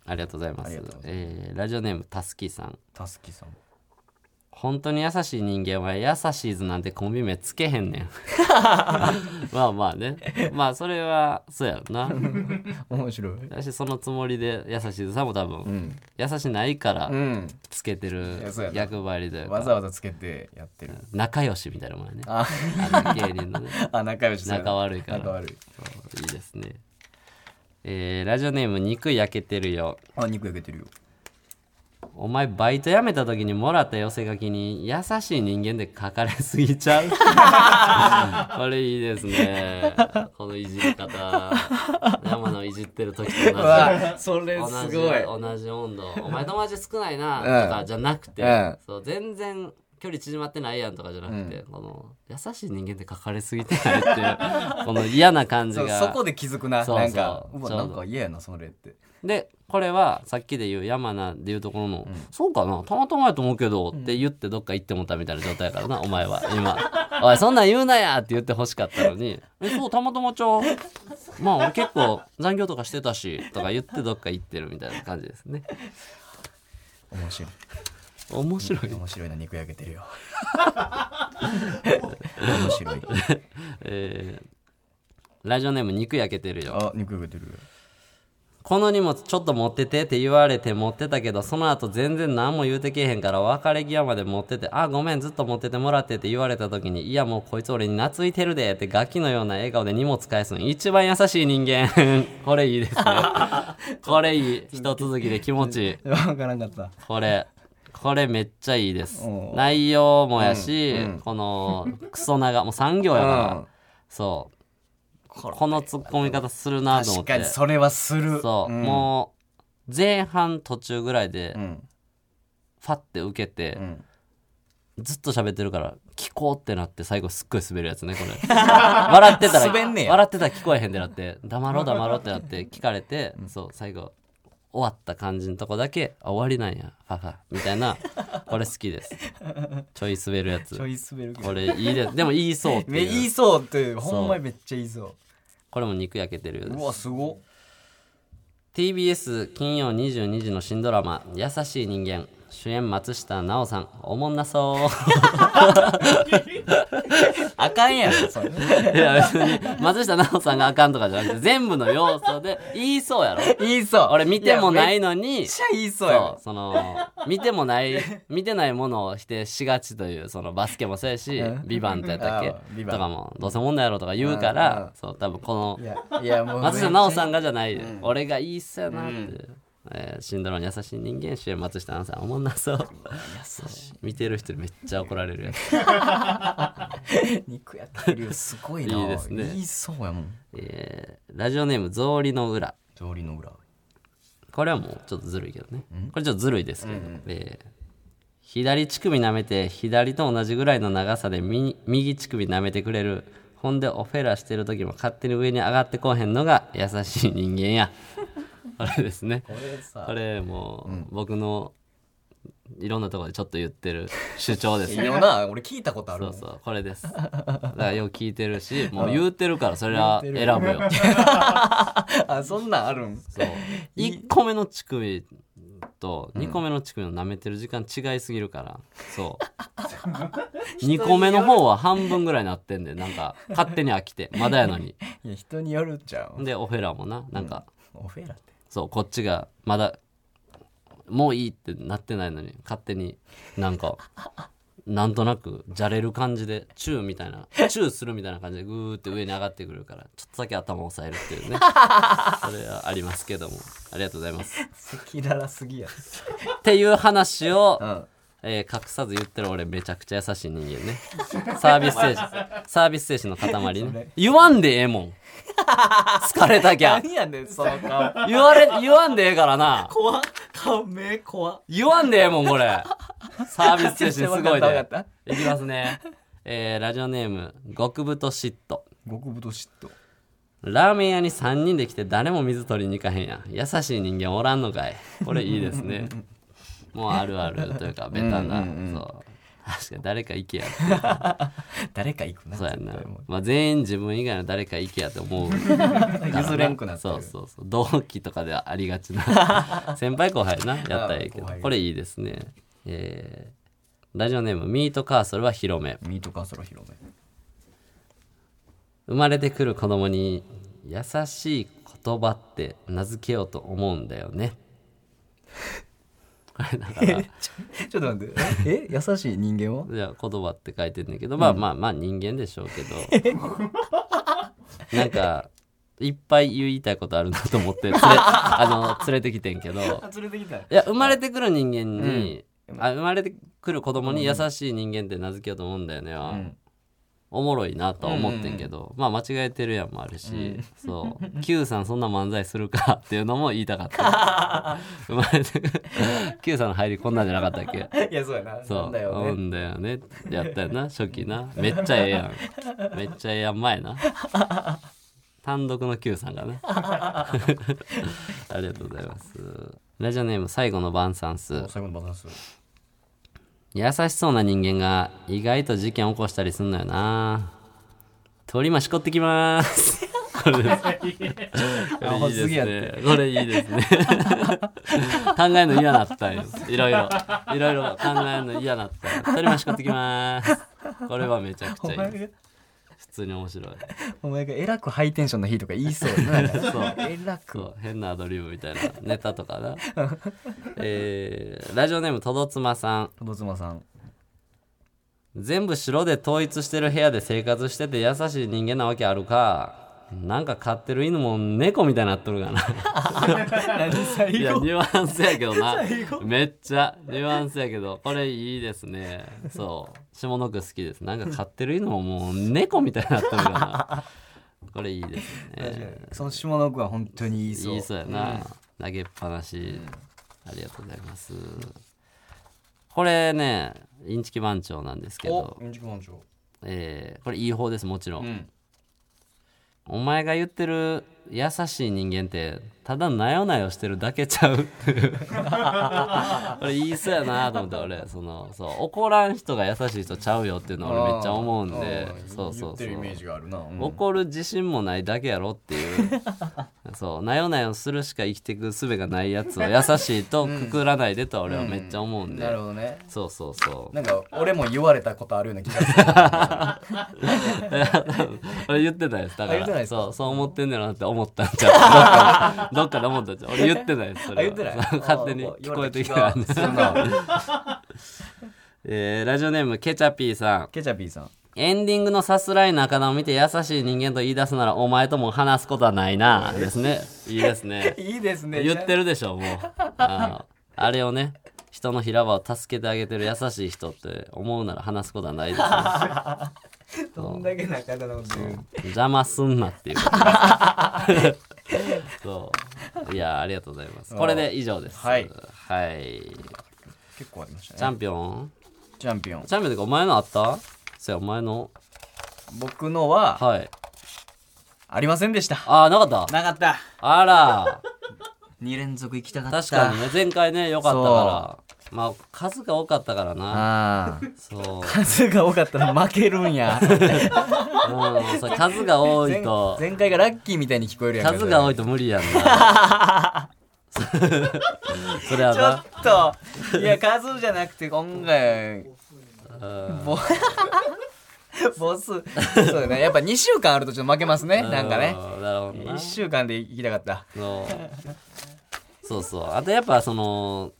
ありがとうございまありすがとうございえーラジオネームたすきさんたすきさん本当に優しい人間は優しいずなんてコンビ名つけへんねん *laughs* まあまあねまあそれはそうやろな面白い私そのつもりで優しいずさんも多分、うん優しないからうんつけているやそうやな役割というわかざわざつけてやってる仲良しみたいなもんやねああの芸人のねあ仲良しそうやな仲悪いから仲悪いいいですねえーラジオネーム肉焼けてるよあ肉焼けてるよお前バイト辞めた時にもらった寄せ書きに優しい人間で書かれすぎちゃうこれいいですねこのいじり方山のいじってる時と同じそ *laughs* れ同じ同じ温度お前友達少ないな *laughs* うんとかじゃなくて、うんそう全然距離縮まってないやんとかじゃなくて、この優しい人間って書かれすぎてないって *laughs* いうこの嫌な感じそうがそこで気づくなそうそうなんかうわちょうなどんか嫌やなそれってでこれはさっきで言う山名でいうところの「そうかなたまたまやと思うけど」って言ってどっか行ってもうたみたいな状態やからな、お前は今「おいそんなん言うなや!」って言ってほしかったのに「えそうたまたまちゃうまあ俺結構残業とかしてたし」とか言ってどっか行ってるみたいな感じですね *laughs* 面白い面白い、面白いな肉焼けてるよ面白いえーラジオネーム肉焼けてるよあ肉焼けてるよこの荷物ちょっと持っててって言われて持ってたけどその後全然何も言うてけえへんから別れ際まで持ってて「あごめんずっと持っててもらって」って言われた時に「いやもうこいつ俺に懐いてるで」ってガキのような笑顔で荷物返すの一番優しい人間 *laughs* これいいです *laughs* ねこれいい一続きで気持ちいい分からんかったこれこれめっちゃいいですおう内容もやし、うんうんこのクソ長もう産業やから、うんそうここのツッコみ方するなと思確ってかにそれはするそう、んもう前半途中ぐらいでうんファって受けてう、んずっと喋ってるから聞こうってなって最後すっごい滑るやつねこれ *laughs* 笑ってたら滑んねや笑ってたら聞こえへんってなって黙ろう黙ろうってなって聞かれて、そう最後終わった感じのとこだけあ終わりなんやファファみたいなこれ好き *laughs* ですちょい滑るやつちょい滑るけこどれいいですでも言いそうって *laughs* め言いいうそうってほんまにめっちゃ言いそこれも肉焼けてるよううですうわすごっ TBS 金曜22時の新ドラマ「優しい人間」主演松下奈緒さんおもんなそう *laughs* あかんやん *laughs* それいや別に松下奈緒さんがあかんとかじゃなくて全部の要素で言いそうやろ言いそう俺見てもないやのにめっちゃ言いそうやそわうその見てもない見てないものを否定しがちというそのバスケもそうやしうん「ビバンとやったっけあービとバンかもどうせおもんなやろとか言うかうんうんらそう多分このいやいやもう松下直奈緒さんがじゃない、俺がいいっすよなって、えーシンドロームに優しい人間主演松下奈緒さんおもんなそう見てる人にめっちゃ怒られるやつ、肉やってるよすごいないいですね言いそうやもんえーラジオネーム草履の裏通りの裏これはもうちょっとずるいけどねこれちょっとずるいですけど、えー左乳首舐めて左と同じぐらいの長さで右右乳首舐めてくれるほんでオフェラしてる時も勝手に上に上がってこうへんのが優し *laughs* い人間やこれですねこれさこれもう僕のいろんなところでちょっと言ってる主張ですいいよな俺聞いたことあそるもんうそうこれですだからよう聞いてるしもう言うてるからそれは選ぶよあそんなんあるんそう1個目の乳首と2個目の乳首の舐めてる時間違いすぎるからそう2個目の方は半分ぐらいなってんでなんか勝手に飽きてまだやのにいや人によるじゃんでオフェラもななんか、オフェラってそうこっちがまだもういいってなってないのに勝手になんかなんとなくじゃれる感じでチューみたいなチューするみたいな感じでグーって上に上がってくるからちょっとだけ頭を押さえるっていうねそれはありますけどもありがとうございます赤裸々すぎやっていう話を、んえー隠さず言ってる俺めちゃくちゃ優しい人間ねサービス *laughs* 精神サービス精神の塊ね言わんでええもん疲れたきゃ何やねんその顔言われ言わんでええからな怖っ顔目怖っ言わんでええもんこれサービス精神すごいわかでったわかいきますねえーラジオネーム極太嫉妬極太嫉妬ラーメン屋に3人で来て誰も水取りに行かへんやん優しい人間おらんのかいこれいいです *laughs* ねもうあるあるというかベタなそう確かに誰か行けやっ *laughs* て誰か行くなそうやんな絶対もう、まあ、全員自分以外の誰か行けやと思う *laughs* 譲れんくなってるそうそうそう同期とかではありがち *laughs* な先輩後輩なやったらええけど後輩これいいですねえーラジオネームミートカーソルは広めミートカーソラ広め生まれてくる子供に優しい言葉って名付けようと思うんだよね *laughs* これだからちょっと待ってえ優しい人間はじゃあ言葉って書いてんだけど、まあまあまあ人間でしょうけどなんかいっぱい言いたいことあるなと思 *laughs* って連れあの連れてきてんけど連れてきたいや生まれてくる人間に、あ生まれてくる子供に優しい人間って名付けようと思うんだよねは、んおもろいなとは思ってんけど、まあ間違えてるやんもあるし、そう *laughs* Q さんそんな漫才するかっていうのも言いたかった *laughs* *laughs* 生まれてくる Q さんの入りこんなんじゃなかったっけいやそうやなそう。なんだよねんだよねやったよな、初期な。めっちゃええや *laughs* ん。めっちゃええやん前な。単独の Q さんが *laughs* ね。ありがとうございます。ラジオネーム最後の晩餐数。最後のバランス優しそうな人間が意外と事件起こしたりすんのよな。通り魔しこってきます。 *laughs* これです。アこれいホいですぎやってね。これいいですね。考えるの嫌なったんよ。いろいろ。いろいろ考えるの嫌なったんよ。取りましこってきます。これはめちゃくおちゃい前い。が普通に面白い。お前がえらくハイテンションな日とか言いそうや *laughs* なそうえらくそう変なアドリブみたいなネタとかな。えー、ラジオネームとどつまさん。とどつまさん全部白で統一してる部屋で生活してて優しい人間なわけあるか。なんか飼ってる犬も猫みたいになっとるがな。何最 *laughs* いや *laughs* ニュアンスやけどな *laughs* めっちゃニュアンスやけどこれいいですねそう下の句好きですなんか飼ってる犬ももう猫みたいになってるから *laughs* なこれいいですねその下の句は本当に言いそういいそうやな、投げっぱなし、ありがとうございますこれねインチキ番長なんですけど民事番長えーこれいい方ですもちろん、んお前が言ってる優しい人間ってただなよなよしてるだけちゃう *laughs* これ言いそうやなと思って俺そのそう怒らん人が優しい人ちゃうよっていうのは俺めっちゃ思うんでそうそうそうがあるな、うん怒る自信もないだけやろっていう *laughs* そうなよなよするしか生きていく術がないやつ *laughs* を優しいとくくらないでとは俺はめっちゃ思うんで、なるほどねそうそうそうなんか俺も言われたことあるような気がす *laughs* る俺言ってないですだかあ言ってらないですかそうそう思ってんねやろなって思ったんちゃうどっ *laughs* かでどっかで思ったんちゃう俺言ってないですそれはあ言ってないそう *laughs* 勝手に聞こえてきたんでですすな *laughs* えーラジオネームケチャピーさんケチャピーさんエンディングのさすらい中田を見て優しい人間と言い出すならお前とも話すことはないなですねいいですねいいですね言ってるでしょもうあのあれをね人の平場を助けてあげてる優しい人って思うなら話すことはないですねどんだけ仲だのっていう邪魔すんなっていうことです *laughs* そういやありがとうございますこれで以上ですはいはい結構ありましたチャねンピオンチャンピオンチャンピオンってかお前のあったそうやお前の僕のははいありませんでしたああなかったなかったあら2連続行きたかった確かにね前回ね良かったからまあ数が多かったからなああそう *laughs* 数が多かったら負ける *laughs* んやうん、そう数が多いと前前回がラッキーみたいに聞こえるやん数が多いいと無理やんな *laughs* それはちょなっといや数じゃなくて今回うんボボスそうだねやっぱ2週間あるとちょっと負けますねなんかねうんなるほどな1週間で行きたかったそうそうそうあとやっぱその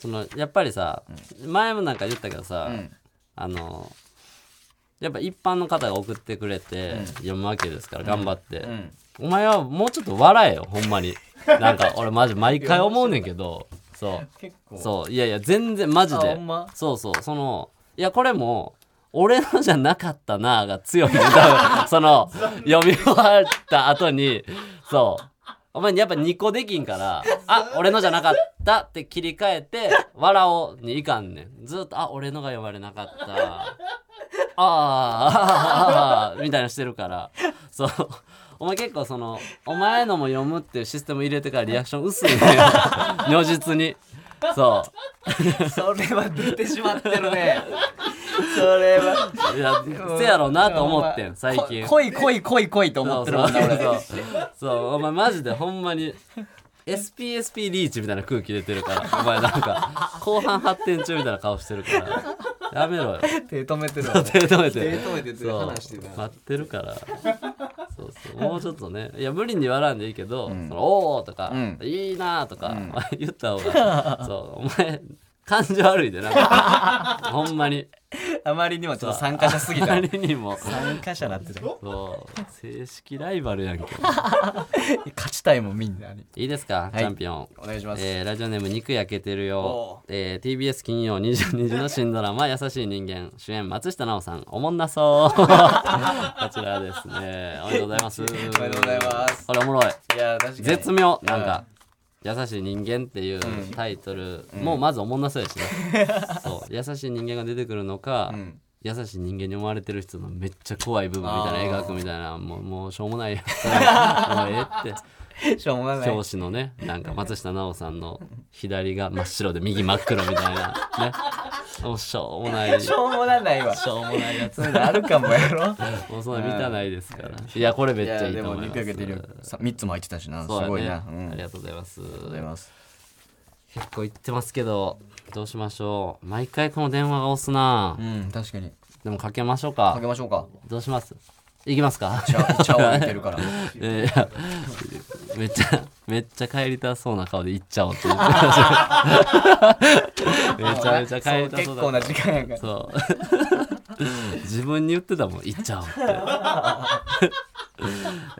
そのやっぱりさ、前もなんか言ったけどさ、うんあのやっぱ一般の方が送ってくれて読むわけですから頑張って、んお前はもうちょっと笑えよほんまになんか俺マジ毎回思うねん *laughs* けどそう結構そういやいや全然マジあでほんまそうそうそのいやこれも俺のじゃなかったなが強いん *laughs* だその読み終わった後にそうお前やっぱ2個できんから「あ俺のじゃなかった」って切り替えて「笑おう」にいかんねんずっと「あ俺のが読まれなかった」あー「あーあーあーみたいなしてるからそうお前結構その「お前のも読む」っていうシステム入れてからリアクション薄いねよ如実にそうそれは出てしまって *laughs* るね。それは。いや、せやろうなと思ってん、最近。こいこいこいこいと思ってるもんな、俺。そうそうそうお前マジでほんまに SPSP リーチみたいな空気出てるからお前なんか後半発展中みたいな顔してるからやめろよ手止めてるわ。手止めて手止めてそう話してるな待ってるからそうそうもうちょっとねいや無理に笑わんでいいけど「そのおお」とか、んいいな」とか、言った方がそうお前感じ悪いでなんかほんまにあまりにもちょっと参加者すぎあたま。りにも参加者なってる。そう正式ライバルやんけ勝ちたいもん、みんなに。いいですか、いチャンピオン。お願いしますえーラジオネーム肉焼けてるよお、えー TBS 金曜22時の新ドラ *laughs* マ「優しい人間」主演松下奈緒さんおもんな *laughs* そうこちらですねおめでとうございますおめでとうございますこれおもろいいや、確かに。絶妙なんか「優しい人間」っていうタイトル、もうまずおもんなそうやしねそう優しい人間が出てくるのか、ん優しい人間に思われてる人のめっちゃ怖い部分みたいなあー描くみたいなもうもうしょうもないやつも *laughs* うええってしょうがない。教師のねなんか松下奈緒さんの左が真っ白で右真っ黒みたいな *laughs* ねもうしょうもないしょうもないわ。しょうもないやつ。あるかもや *laughs* ろ。もうそんな見たないですからいやこれめっちゃいいと思います3つも入ってたしな、すそうごいやな。ね、うん。あありりががとうございますとうございます。結構言ってますけどどうしましょう毎回この電話が押すなうん、確かに。でもかけましょうかかけましょ *laughs* うか。どうしますいきますか茶茶を入れてるから。いやいやめっちゃめっちゃ帰りたそうな顔で行っちゃおう *laughs* って言ってましためちゃめちゃ帰りた結そうだ構な時間やから。そう自分に言ってたもん行っちゃおうって、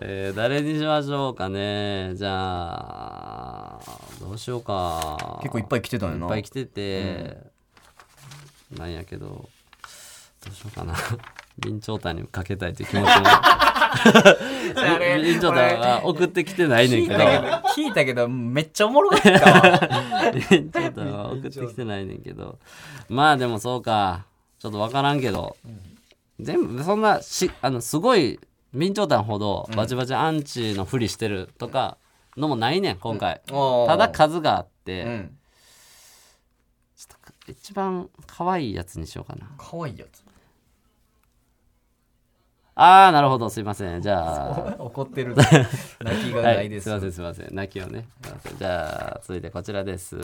えー誰にしましょうかねじゃあどうしようか結構いっぱい来てたんやな。いっぱい来てて、なんやけどどうしようかな備長炭にかけたいという気持ちも備長炭は送ってきてないねん *laughs* けど *laughs* 聞いたけどめっちゃおもろかったわ備長炭は送ってきてないねんけどまあでもそうかちょっと分からんけど、全部そんなしあのすごい備長炭ほどバチバチアンチのふりしてるとかのもないねん今回、おーただ数があって、うんちょっと一番可愛いやつにしようかな可愛いやつああなるほどすいませんじゃあ *laughs* 怒ってる泣き *laughs* がは、ないいですすいませんすいません泣きをねすいませんじゃあ続いてこちらです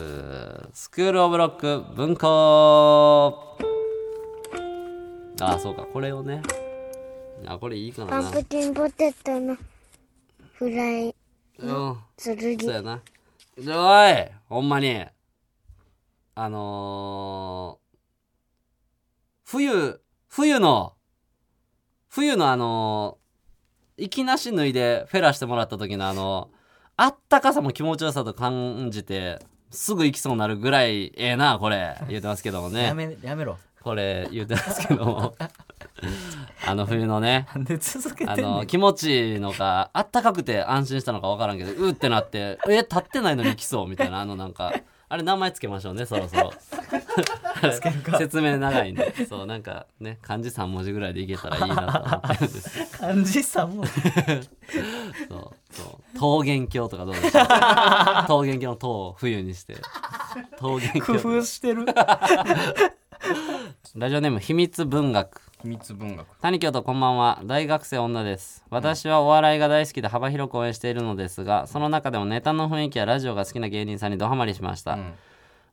スクール・オブ・ロック文庫ああそうかこれをねあこれいいかなパンプキンポテトのフライうん剣。そうやな。じゃあおい、ほんまに。あのー、冬、冬の、冬のあのー、いきなし脱いでフェラしてもらった時のあの、あったかさも気持ちよさと感じて、すぐ行きそうになるぐらいええな、これ。言うてますけどもやね。めやめろこれ言うてますけども。あの冬のね。なんで続けてあんのの気持ちいいのかあったかくて安心したのか分からんけどうーってなってえ立ってないのに来そうみたいなあのなんかあれ名前つけましょうねそろそろ説明長いんでそうなんかね漢字3文字ぐらいでいけたらいいなと思ってるんですけ漢字さんもどそうそう桃源郷とかどうでしょう桃源郷の「桃」を冬にして桃源工郷夫してるラジオネーム秘密文学秘密文学谷京都こんばんは大学生女です私はお笑いが大好きで幅広く応援しているのですがその中でもネタの雰囲気やラジオが好きな芸人さんにドハマりしました、ん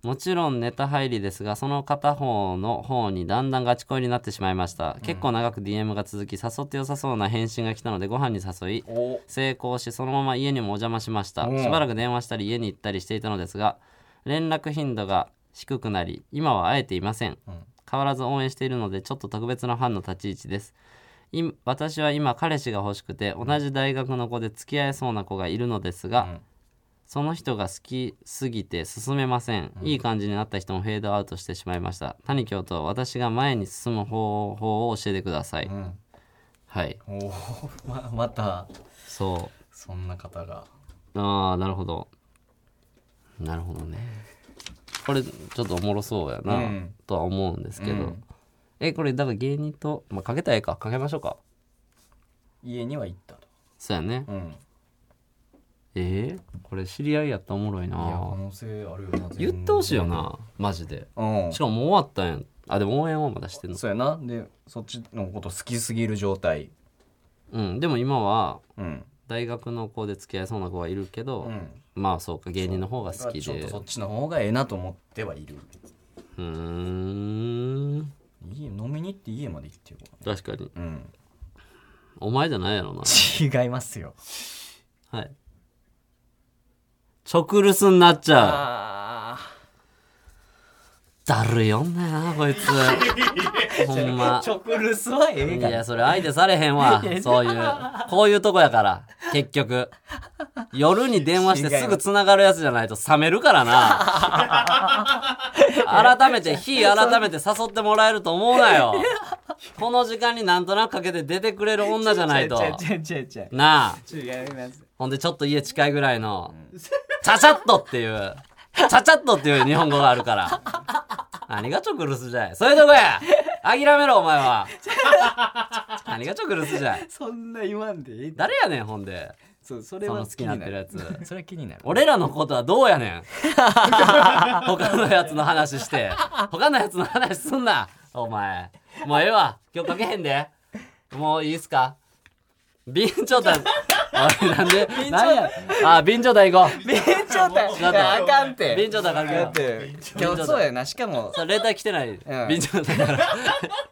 もちろんネタ入りですがその片方の方にだんだんガチ恋になってしまいました、結構長く DM が続き誘って良さそうな返信が来たのでご飯に誘いお成功しそのまま家にもお邪魔しましたうんしばらく電話したり家に行ったりしていたのですが連絡頻度が低くなり今は会えていません、変わらず応援しているのでちょっと特別なファンの立ち位置です今私は今彼氏が欲しくて同じ大学の子で付き合えそうな子がいるのですが、んその人が好きすぎて進めません、いい感じになった人もフェードアウトしてしまいました谷京と私が前に進む方法を教えてください、んはいおままたそうそんな方がああなるほどなるほどねこれちょっとおもろそうやな、うんとは思うんですけど、うんえこれだから芸人と、まあ、かけたらええかかけましょうか家には行ったとそうやね、うんいえーこれ知り合いやったらおもろいや可な能性あるよな言ってほしいよなマジでうんしかももう終わったんやんあでも応援はまだしてんのそうやなでそっちのこと好きすぎる状態うんでも今はうん大学の子で付き合いそうな子はいるけど、んまあそうか芸人の方が好きちょっでとそうっちの方がええなと思ってはいるーん家飲みに行って家まで行ってよ確かにうんお前じゃないやろな違いますよはい。直留守になっちゃう。ああだるい女やな、こいつ。ほんま。直留守はええいがなや、それ相手されへんわ。そういう。こういうとこやから、結局。夜に電話してすぐ繋がるやつじゃないと冷めるからな。改めて、日改めて誘ってもらえると思うなよ。この時間になんとなくかけて出てくれる女じゃないと。違う違う違うなあ。違う違いますほんでちょっと家近いぐらいの、ちゃちゃっとっていう、ちゃちゃっとっていう日本語があるから。何がチョクルスじゃい。そういうとこや諦めろ、お前 *laughs* は。何がチョクルスじゃい。そんな言わんでええって誰やねん、ほんで。そうそれそはの好きになってるやつ。つそれは気になる俺らのことはどうやねん。 *laughs* 他のやつの話して。他のやつの話すんな、お前。もうええわ。今日かけへんで。もういいっすか便ちょう *laughs* だい。おいなんで、なんや。あ、便ちょうだい行こう。めっちゃ大ちょっとあかんって便ちょうだいかけだよっう。て今日そうやなしかもそう、レター来てない。便ちょうだい *laughs* から。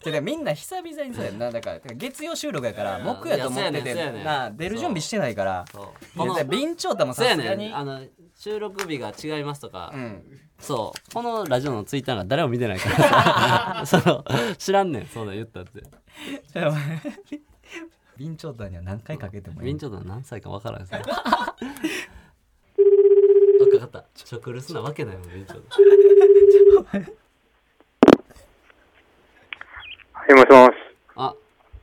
てかみんな久々にそうやんなだからてか月曜収録やから木曜やと思っていやそうやねんそうやねてんな出る準備してないからそうこのこの、備長炭もそさうやすがねにん。あの、収録日が違いますとかう、 *laughs* んそう、このラジオのツイッターが誰も見てない *laughs* から。 *laughs* その、知らんねん、そんなん言ったって。じゃあお前備長炭には何回かけてもいビいンチョウだ何歳かわからんすね。若かった。直留守なわけないもん、ビンチョウだ。はい、もしもし。あ、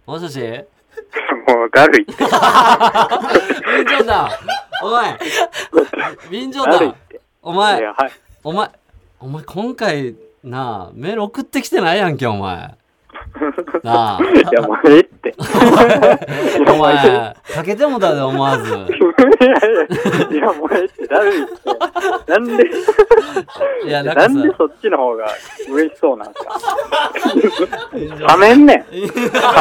もしもしビンもう、だるいって。チョウだお前ビンチョウだるいだって。おい前や、はい。お前お前今回なあ、メール送ってきてないやんけ、お *laughs* 前。なあ、いや、もうええって。 *laughs* いや、おもうえ前、かけてもだで思わず。え。いや、もうええって。だるいって。なんで、いや、なんかさ、なんでそっちの方が嬉しそうな *laughs* んすか。はめんねん。は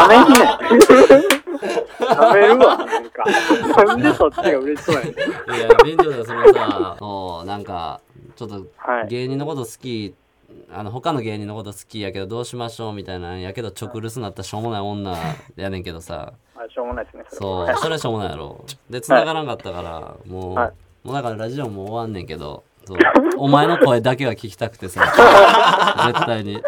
めんねん。はめるわ、なんか。なんでそっちが嬉しそうやねん。いや、便所だよ、そのさ、 *laughs* そう、なんか、ちょっとは、い芸人のこと好き、あの、他の芸人のこと好きやけど、どうしましょうみたいなんやけど、直留守になったしょうもない女やねんけどさ、あ、しょうもないですね、それそは。う、それはしょうもないやろ。で、繋がらんかったから、もう、はいもうだからラジオも終わんねんけど、 *laughs* そう、お前の声だけは聞きたくてさ、絶対に。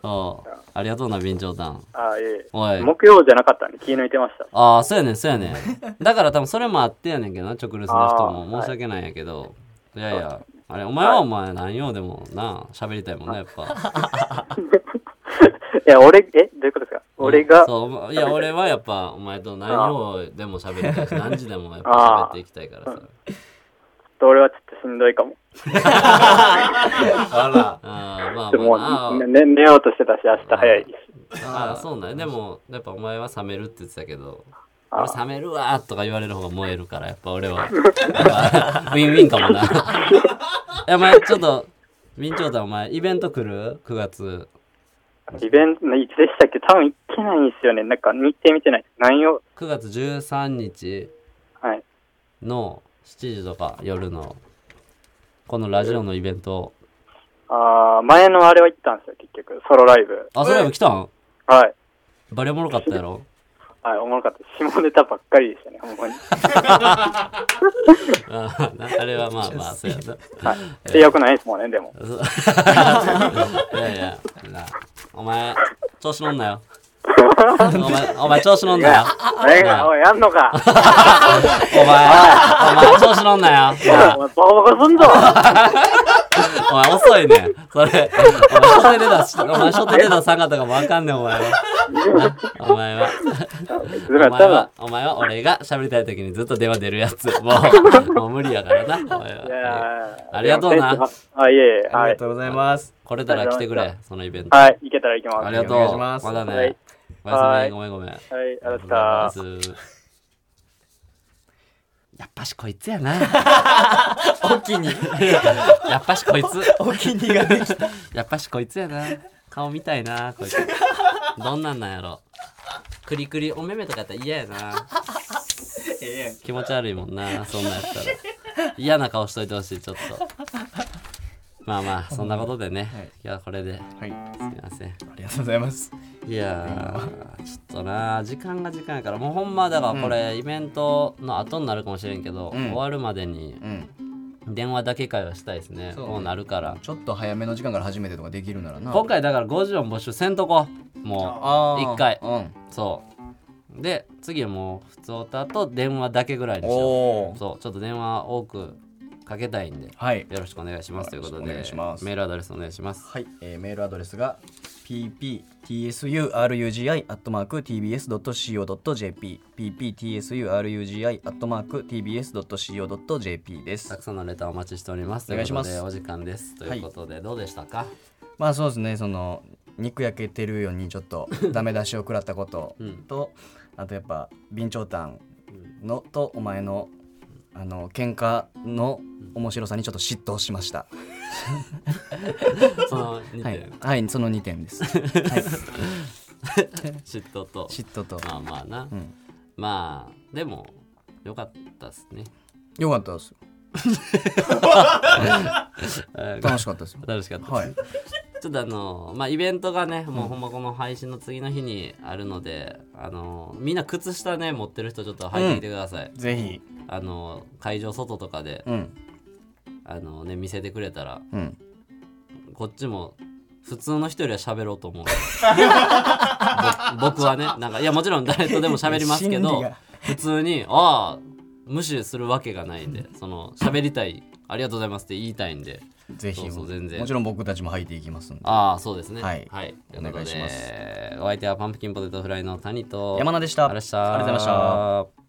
そう、ありがとうな、便所団。あ、えおえ。い木曜じゃなかったんで気抜いてました。 *laughs* ああ、そうやねん、そうやねん。だから多分それもあってやねんけどな、直留守の人あーも。はい申し訳ないんやけど。いやいや、あれ、お前はお前何よでもな、喋りたいもんな、やっぱ。いや、俺、え、どういうことですか *laughs* 俺が、そう、いや、俺はやっぱ、お前と何よでも喋りたいし、何時でもやっぱ喋っていきたいからさ。俺はちょっとしんどいかも。ああー、まあでもまあ、あう、ーね、寝ようとしてたし、明日早いし。あー、そうなんや。でも、やっぱお前は冷めるって言ってたけど、俺冷めるわとか言われる方が燃えるから、やっぱ俺は。 *laughs* なんかウィンウィンかもな。 *laughs* いや、お前、ちょっと、明朝太お前、イベント来る ?9 月。イベント、いつでしたっけ多分行けないんですよね。なんか日程見てない。何を、 9月13日はい。の7時とか夜の、このラジオのイベント。あー前のあれは行ったんですよ、結局。ソロライブ。あ、それ来たんはい。バリおもろかったやろはい、おもろかった。下ネタばっかりでしたね、ほんまに。あなあれはまあまあ、そうやな。 *laughs* はい。で、よくないですもんね、でも。そういやいや、なお前、調子乗んなよ。お前、お前調子乗んなよ。えおい、やんの *laughs* か。お前、お前調子乗んなよ。なお前、ボコボコすんぞ。お前遅いね。それ、お前、初手出たし、お前、初手出たさんかったかもわかんねん、お前は。なお前は、ずおら前ったなは。、お前は俺が喋りたい時にずっと電話出るやつ。もう、もう無理やからな、お前いやいは。やありがとうな。あ、いえいえ、あはりがいと。うございます。これたら来てくれ、そのイベント。はい、行けたら行きます。ありがとう。お願いしますだはねい。おやすはみ、いごめんごめん。はい、ありがとうございまあした。りがとうございます。 *laughs* やっぱしこいつやな。 *laughs* おき *laughs* に、やっぱしこいつ。 *laughs* おきにができた。やっぱしこいつやな。顔見たいな、こい *laughs* つ。どんなんなんやろ。クリクリお目目とかやったら嫌やな。気持ち悪いもんな、そんなんやったら。嫌な顔しといてほしい、ちょっと。まあまあ、そんなことでね、はい今日はこれで、はい、あすみません。りがとうございます。いやー、ちょっとな、時間が時間やから、もうほんまだからこれ、イベントの後になるかもしれんけど、終んわるまでにうん、電話だけ会話したいですね。そうこうなるから。ちょっと早めの時間から始めてとかできるならな。今回だから50音募集せんとこ。もあう、ー一回。うん。そう。で、次はもう、普通歌と電話だけぐらいにしよおう。ーそう、ちょっと電話多くかけたいんで、よはい。ろしくお願いしますということで、よろしくお願いしますメールアドレスお願いします。はい、えーメールアドレスが pptsurugi.tbs.co.jp pptsurugi.tbs.co.jp でたすく。さんのレターお待ちしております。お願いしますとうことでお時間です。ということで、どうでしたかまあそうですね、その肉焼けてるようにちょっ *laughs* とダメ出しを食らったことと、あとやっぱ備長炭のとお前のあの喧嘩の面白さにちょっと嫉妬しました。その2点、はい、はい、その2点です。嫉妬と嫉妬 *laughs* と。まあまあな、んまあでもよかったっすねよかったですよ。 *laughs* 楽しかったですよ。 *laughs* 楽しかった、はい。 *laughs* ちょっとあのまあイベントがねもうほんまこの配信の次の日にあるので、あのみんな靴下ね持ってる人ちょっと履いてきてください、ぜひ。あの会場外とかで、うん。あのね見せてくれたらうん。こっちも普通の人よりは喋ろうと *laughs* 思うぼ僕はねなんかいやもちろん誰とでも喋りますけ心理どが普通にああ無視するわけがないんでその喋りたいありがとうございますって言いたいんでぜひ。そうそう全然もちろん僕たちも履いていきますんで。ああそうですねはいということでお願いしますお相手はパンプキンポテトフライの谷と山名でしたありがとうございましありがとうございた